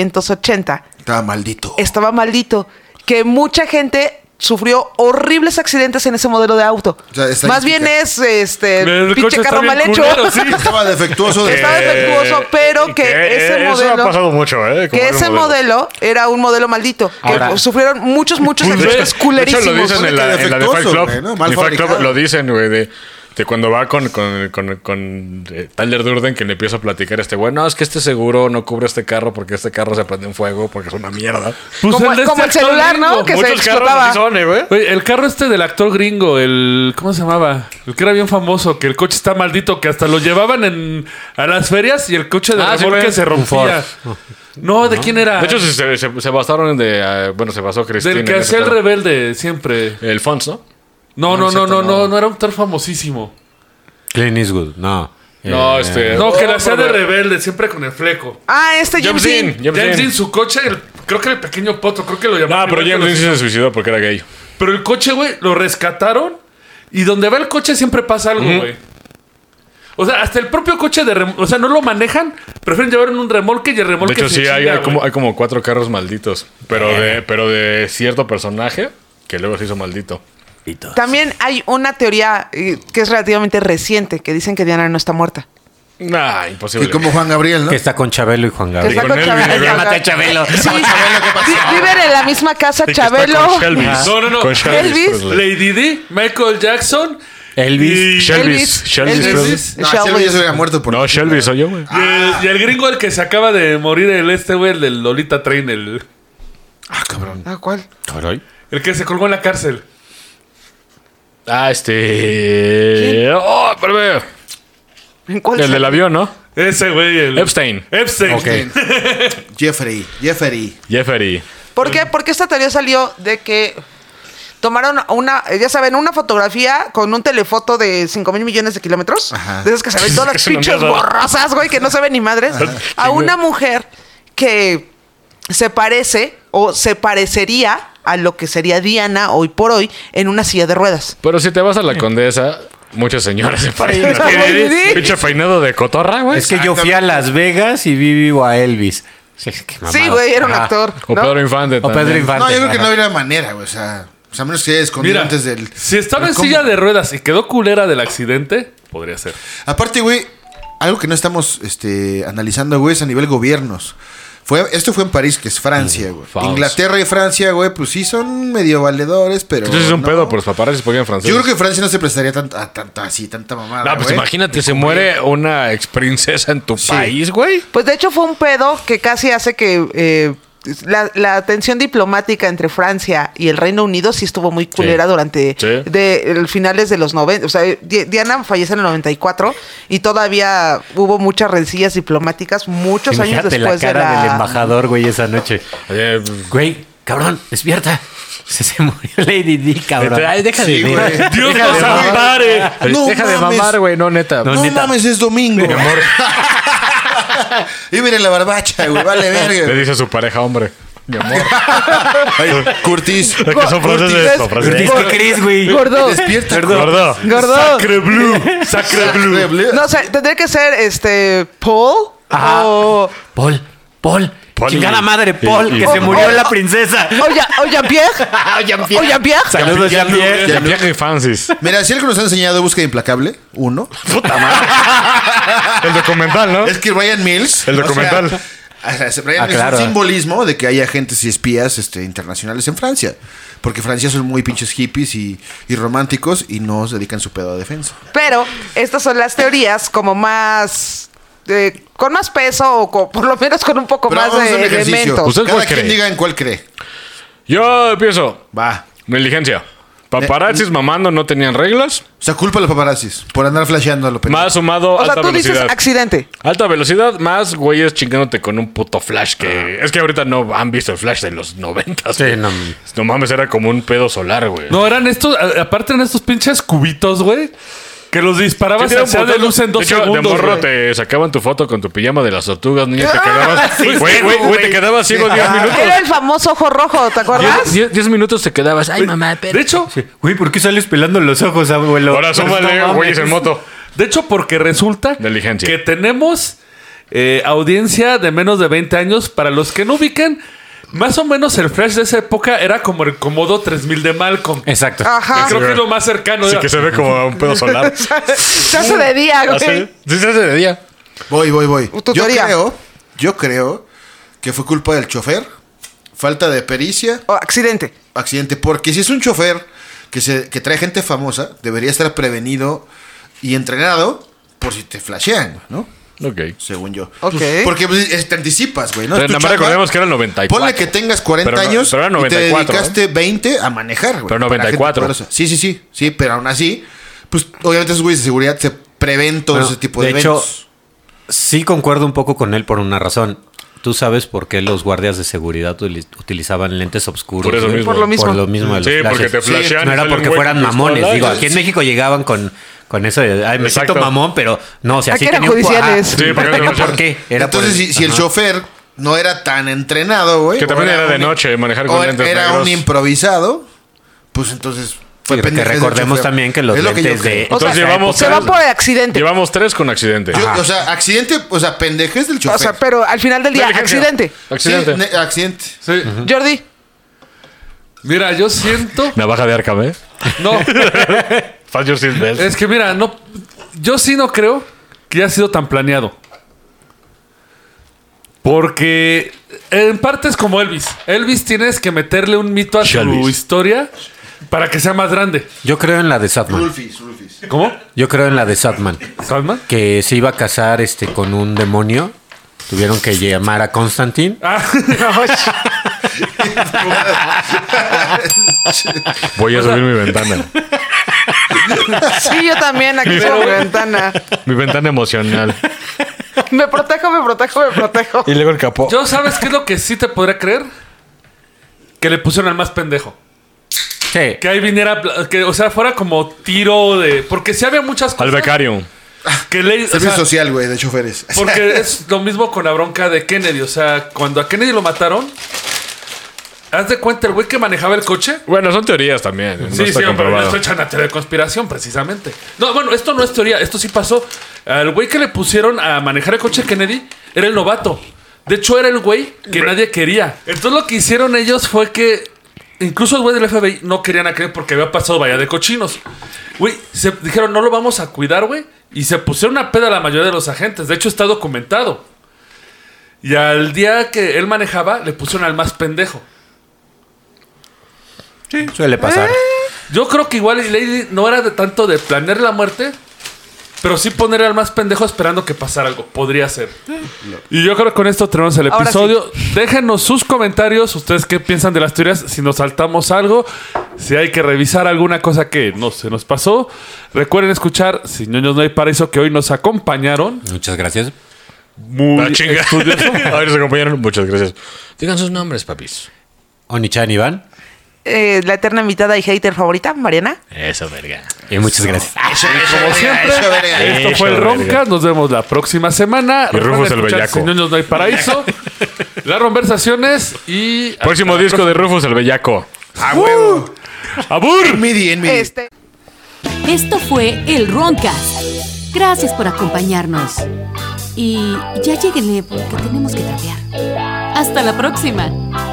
S5: S280
S4: Estaba maldito.
S5: estaba maldito, que mucha gente sufrió horribles accidentes en ese modelo de auto.
S4: O sea, estadística.
S5: Más bien es este
S2: El coche
S5: pinche
S2: está
S5: carro
S2: bien
S5: mal hecho.
S2: culero, sí.
S4: Estaba defectuoso. de-
S5: Estaba defectuoso, pero que ese
S3: Eh, Eso ha
S5: modelo-
S3: pasado mucho, ¿eh?
S5: que ese modelo era un modelo maldito. Que
S6: Ahora-
S5: sufrieron muchos, muchos
S3: Pues, de-
S5: accidentes culerísimos.
S3: De hecho, lo dicen en la, en la de Fight
S4: Defectuoso,
S3: Club.
S4: güey, ¿no?
S3: En
S4: Mal
S3: Fight Club
S4: fabricado.
S3: lo dicen, güey, de, de cuando va con, con, con, con, eh, Tyler Durden que le empieza a platicar a este güey. No, es que este seguro no cubre este carro porque este carro se prende en fuego porque es una mierda.
S2: Pues
S5: Como-
S2: de
S5: como
S2: este
S5: el
S2: actor
S5: celular, ¿no?
S2: gringo.
S5: Que se
S3: Muchos carros
S5: explotaba.
S3: así son, eh, güey.
S2: Oye, el carro este del actor gringo, el. ¿Cómo se llamaba? El que era bien famoso, que el coche está maldito, que hasta lo llevaban en, a las ferias y el coche de
S3: Ah, sí,
S2: remolque
S3: güey.
S2: se
S3: Un Ford.
S2: rompía. No, ¿de quién era?
S3: De hecho, se, se- se- se basaron de. eh, bueno, se basó Cristina.
S2: Del que
S3: en ese
S2: hacía el
S3: pedo.
S2: rebelde siempre.
S3: El Fons, ¿no?
S2: No, no,
S3: No,
S2: no,
S3: exacto,
S2: no, no, no,
S3: no.
S2: era un actor famosísimo.
S6: Clint Eastwood, no.
S3: No,
S6: Eh,
S3: este.
S2: No, que
S3: oh,
S2: la hacía de
S3: pero-
S2: rebelde, siempre con el fleco.
S5: Ah, este
S3: James
S5: James Dean.
S3: Dean. James
S2: James
S3: Dean.
S2: Dean, su coche, el- creo que era el pequeño poto, creo que lo
S3: No,
S2: llamaban.
S3: Ah, pero
S2: igual que
S3: James Dean
S2: los-
S3: sí se suicidó porque era gay.
S2: Pero el coche, güey, lo rescataron. Y donde va el coche siempre pasa algo, güey. O sea, hasta el propio coche de rem- O sea, no lo manejan. Prefieren llevarlo en un remolque y el
S3: De
S2: remolque
S3: hecho,
S2: se
S3: sí, hay,
S2: chinga,
S3: hay
S2: güey.
S3: como, hay como cuatro carros malditos. Pero de, pero de cierto personaje que luego se hizo maldito.
S5: También hay una teoría eh, que es relativamente reciente, que dicen que Diana no está muerta.
S3: Nah, imposible.
S4: Que como Juan Gabriel, ¿no?
S6: Que está con Chabelo y Juan
S5: Que
S6: Gabriel.
S5: está
S3: con
S5: con
S3: él
S5: Chabelo.
S3: vive-
S6: Llámate a Chabelo.
S5: Sí, vi- viven en la misma casa
S3: Y que está
S5: Chabelo.
S3: con Elvis.
S2: No, no, no.
S3: Con pues, Elvis.
S5: Elvis.
S3: Presley.
S2: Lady D, Michael Jackson.
S6: Elvis.
S2: Y, y el,
S5: Elvis.
S3: Elvis, Elvis,
S2: Elvis.
S4: No, ese güey ya se hubiera muerto por.
S3: No, Shelby soy yo, güey.
S2: y el gringo, el que se acaba de morir, el este, güey, el del Lolita Train, el,
S4: Ah, cabrón.
S5: Ah, ¿cuál?
S6: Caray.
S2: el que se colgó en la cárcel.
S3: Ah, este. Oh, espérame.
S5: ¿En cuál?
S3: El del avión, ¿no?
S2: Ese, güey. el-
S3: Epstein.
S2: Epstein.
S4: Jeffrey, Jeffrey.
S3: Jeffrey.
S5: ¿Por qué? Porque esta teoría salió de que tomaron una, eh, ya saben, una fotografía con un telefoto de 5 mil millones de kilómetros.
S4: Ajá.
S5: De esas que se ven todas las
S3: Es una
S5: pinches
S3: mierda.
S5: borrosas, güey, que no se ven ni madres. A una mujer que se parece o se parecería a lo que sería Diana hoy por hoy en una silla de ruedas.
S3: Pero si te vas a la condesa, muchas señoras se parecen.
S5: Sí, sí, sí.
S3: Pinche peinado de cotorra, güey.
S6: Es que yo fui a Las Vegas y vi vivo a Elvis. Sí, es que
S5: Sí,
S6: mamada.
S5: güey, era un
S6: Ajá.
S5: actor.
S3: O
S5: ¿no?
S3: Pedro Infante.
S6: O
S3: también.
S6: Pedro Infante.
S4: No, yo creo que no
S6: ajá.
S4: habría manera, güey. O sea, pues, a menos que escondido
S2: Mira,
S4: antes del.
S2: si estaba en
S4: ¿Cómo?
S2: silla de ruedas y quedó culera del accidente, podría ser.
S4: Aparte, güey, algo que no estamos este, analizando, güey, es a nivel gobiernos. Fue, esto fue en París, que es Francia, güey.
S3: falso.
S4: Inglaterra y Francia, güey, pues sí son medio valedores, pero.
S3: Entonces es un
S4: no.
S3: pedo por los paparazzi porque en francés.
S4: Yo creo que Francia no se prestaría tanto, a tanto así, tanta mamada.
S3: No, pues
S4: güey.
S3: imagínate, se muere una ex princesa en tu país, güey.
S5: Pues de hecho fue un pedo que casi hace que eh, la, la tensión diplomática entre Francia y el Reino Unido sí estuvo muy culera durante
S3: Sí.
S5: de, el- finales de los 90. O sea, Di- Diana fallece en el 94 y todavía hubo muchas rencillas diplomáticas muchos años
S6: Imagínate
S5: después
S6: la cara
S5: de la...
S6: del embajador, güey, esa noche.
S3: Eh,
S6: Güey, Cabrón, despierta. Se, se murió Lady Di, cabrón.
S3: Ay, deja de-
S4: Sí, güey.
S2: Dios
S3: Deja de
S2: nos
S3: mamar.
S2: ampare.
S4: No
S3: Deja de
S4: mames.
S3: mamar, güey. No, neta.
S4: No,
S6: neta.
S4: mames, es domingo. y miren la barbacha, güey. Vale,
S3: Le
S4: verga.
S3: dice a su pareja, hombre. Mi amor.
S4: Ay, Curtis.
S7: Es que son franceses. Son franceses.
S6: Curtis Chris, güey.
S5: Gordo.
S4: Despierta.
S7: Gordo.
S5: Gordo.
S2: Sacre Blue. Sacre Blue.
S5: No, o sea, tendría que ser este Paul
S6: Ajá.
S5: o,
S6: Paul, Paul.
S7: Paul
S6: Chingada
S7: y-
S6: madre, Paul,
S7: y-
S6: que
S7: y-
S6: se murió la princesa.
S5: o, Ya- o Jean-Pierre.
S6: Ay, ya
S5: o
S6: empieza.
S5: Jean-Pierre.
S7: Saludos,
S3: Ya
S7: Jean-Pierre.
S3: Pierre- ya Pierre y Francis.
S4: Mira, si algo nos ha enseñado Búsqueda Implacable, uno.
S7: El documental,
S2: Ah.
S7: ¿no?
S4: Es que Ryan Mills.
S7: El
S4: o sea,
S7: documental.
S4: o sea, ese Ryan
S6: Ah,
S4: Mills
S6: claro.
S4: es un simbolismo de que hay agentes y espías este, internacionales en Francia. Porque Francia son muy pinches hippies y, y románticos y no se dedican su pedo a defensa.
S5: Pero estas son las teorías como más... eh, con más peso o con- por lo menos con un poco
S4: Pero
S5: más
S4: vamos a hacer
S5: de
S4: un ejercicio.
S5: elementos.
S3: ¿Usted
S4: Cada
S3: cuál
S4: quien
S3: cree?
S4: diga en cuál cree.
S3: Yo empiezo.
S4: Va.
S3: Negligencia. Paparazzis mamando no tenían reglas.
S4: O sea, culpa a los paparazzis por andar flasheando a lo pendejo.
S3: Más sumado
S5: O sea,
S3: alta
S5: tú dices
S3: velocidad.
S5: accidente.
S3: Alta velocidad más güeyes chingándote con un puto flash que... Es que ahorita no han visto el flash de los noventas.
S6: Sí,
S3: güey.
S6: no.
S3: No mames, era como un pedo solar, güey.
S2: No, eran estos, a- aparte eran estos pinches cubitos, güey, que los disparabas
S3: Sí, tiene un
S2: hacia de
S3: botón,
S2: luz en
S3: de
S2: dos
S3: hecho,
S2: segundos.
S3: De morro
S2: güey.
S3: te sacaban tu foto con tu pijama de las tortugas, niña, te quedabas.
S2: Sí,
S3: Güey, güey, güey, te quedabas ciego 10
S5: Era
S3: minutos.
S5: el famoso ojo rojo, ¿te acuerdas?
S3: 10 minutos te quedabas. Ay, mamá,
S2: De hecho,
S6: Güey, ¿por qué sales pelando los ojos, abuelo? Pues,
S3: Ahora súmale,
S6: No
S3: güeyes en
S6: mames.
S3: moto.
S2: de hecho, porque resulta
S3: Negligencia.
S2: que tenemos eh, audiencia de menos de 20 años. Para los que no ubican, más o menos el flash de esa época era como el Comodo 3000 de Malcolm.
S6: Exacto.
S5: Ajá.
S2: Que creo que es lo más cercano.
S3: Así
S2: era.
S3: que se ve como un pedo solar.
S5: Se hace de día,
S3: Así,
S5: güey.
S3: ¿Ah, sí, se hace de día.
S4: Voy, voy, voy.
S5: Tu
S4: Yo
S5: teoría.
S4: creo, yo creo que fue culpa del chofer, falta de pericia,
S5: O accidente.
S4: accidente. Porque si es un chofer que, se, que trae gente famosa, debería estar prevenido y entrenado por si te flashean, ¿no?
S3: Ok.
S4: Según yo.
S5: Ok.
S4: Porque pues, es- te anticipas, güey. ¿no?
S3: Pero
S4: Es tu
S3: nada más
S4: chamba.
S3: recordemos que era el 94.
S4: Ponle que tengas 40
S3: Pero no-
S4: años
S3: pero era
S4: y te
S3: 94,
S4: dedicaste 20 a manejar, güey.
S3: ¿eh? Pero
S4: para gente
S3: 94.
S4: poderosa. Sí, sí, sí. Sí, pero aún así, pues obviamente esos güeyes de seguridad se prevén todo
S6: Bueno,
S4: ese tipo de,
S6: de hecho,
S4: eventos.
S6: Sí concuerdo un poco con él por una razón. Tú sabes por qué los guardias de seguridad utili- utilizaban lentes oscuros.
S3: Por eso
S6: güey?
S3: mismo. Por
S5: lo mismo.
S6: Por lo mismo de los
S3: Sí, porque
S6: flashes.
S3: te flashean y
S6: No
S3: sale
S6: era
S3: un
S6: porque
S3: güey
S6: fueran
S3: con pistola.
S6: mamones. Digo, aquí en México llegaban con, con eso de, ay, me
S3: Exacto.
S6: siento mamón, pero no, o sea,
S5: Aquí
S6: sí
S5: eran
S6: tenía un po-
S5: judiciales.
S6: Ajá,
S3: Sí, porque
S6: tenía
S3: eran
S6: por qué. Era por
S4: Entonces, si, si el
S6: ajá.
S4: chofer no era tan entrenado, güey.
S3: Que también
S4: o
S3: era de
S4: un-
S3: noche, manejar con
S4: o
S3: lentes
S4: Era
S3: negros.
S4: un improvisado, pues entonces fue
S6: Sí, porque
S4: pendejez del
S6: recordemos
S4: chofer.
S6: también que los
S4: Es lo yo
S6: lentes de-
S4: creo.
S5: O sea,
S3: Entonces llevamos
S5: se va
S3: tres.
S5: por el accidente.
S3: Llevamos tres con accidente.
S4: Yo- o sea, accidente, o sea, pendejes del chofer.
S5: O sea, pero al final del día,
S3: Negligencia.
S5: accidente.
S3: Accidente.
S4: Sí, ne- accidente.
S2: Sí.
S5: Jordi,
S2: Mira, yo siento.
S3: Navaja de Arkham, ¿eh?
S2: No,
S3: Fast your seatbelt.
S2: es que mira, no. Yo sí no creo que haya sido tan planeado. Porque en parte es como Elvis. Elvis tienes que meterle un mito a su
S3: Shelvis.
S2: historia para que sea más grande.
S6: Yo creo en la de Satman.
S4: Rulfis, Rulfis.
S2: ¿Cómo?
S6: Yo creo en la de Satman.
S2: ¿Salman?
S6: Que se iba a casar este, con un demonio. Tuvieron que llamar a Constantine.
S2: Ah,
S3: Voy a subir mi ventana.
S5: sí, yo también aquí por mi ventana.
S3: Mi ventana emocional.
S5: Me protejo, me protejo, me protejo.
S3: Y luego el capó.
S2: yo sabes qué es lo que sí te podría creer que le pusieron al más pendejo.
S6: Sí.
S2: Que ahí viniera, pla- que, o sea, fuera como tiro de. Porque sí había muchas
S3: Al
S2: cosas.
S3: becario.
S2: Que le, o
S4: Servicio
S2: sea,
S4: social, güey, de choferes.
S2: Porque es lo mismo con la bronca de Kennedy. O sea, cuando a Kennedy lo mataron, haz de cuenta el güey que manejaba el coche.
S3: Bueno, son teorías también. No
S2: sí,
S3: está
S2: sí, pero no
S3: comprobado.
S2: estoy echando a teoría de conspiración, precisamente. No, bueno, esto no es teoría, esto sí pasó. Al güey que le pusieron a manejar el coche de Kennedy era el novato. De hecho, era el güey que nadie quería. Entonces lo que hicieron ellos fue que incluso el güey del FBI no querían a Kennedy porque había pasado vaya de cochinos. Güey, se dijeron, no lo vamos a cuidar, güey. Y se pusieron una peda a la mayoría de los agentes. De hecho, está documentado. Y al día que él manejaba, le pusieron al más pendejo.
S6: Suele pasar.
S2: Yo creo que igual y Lady no era de tanto de planear la muerte, pero sí poner al más pendejo esperando que pasara algo. Podría ser. Y yo creo que con esto tenemos el
S5: Ahora
S2: episodio. Déjenos sus comentarios, ustedes qué piensan de las teorías, si nos saltamos algo, si hay que revisar alguna cosa que no se nos pasó. Recuerden escuchar Sin ñoños no hay paraíso que hoy nos acompañaron.
S6: Muchas gracias.
S2: Muy
S3: Ah, chinga. A ver, se acompañaron. Muchas gracias. Digan sus nombres, papis.
S6: Onichan Iván.
S5: Eh, la eterna invitada y hater favorita, Mariana.
S7: Eso, verga.
S6: Y muchas gracias.
S2: Como siempre,
S4: Eso, verga.
S2: esto fue el
S7: Eso, verga.
S2: Roncas. Nos vemos la próxima semana.
S3: Y Rufus
S2: Recuerden
S3: el
S2: escuchar
S3: Bellaco.
S2: Sin niños no hay paraíso. Las conversaciones y...
S3: Próximo
S2: hasta la
S3: disco de Rufus el Bellaco.
S4: A huevo.
S3: ¡Abur!
S4: Midi, en midi.
S5: Este.
S1: Esto fue el Roncast. Gracias por acompañarnos. eh, Y ya lleguenle porque tenemos que trapear. Hasta la próxima.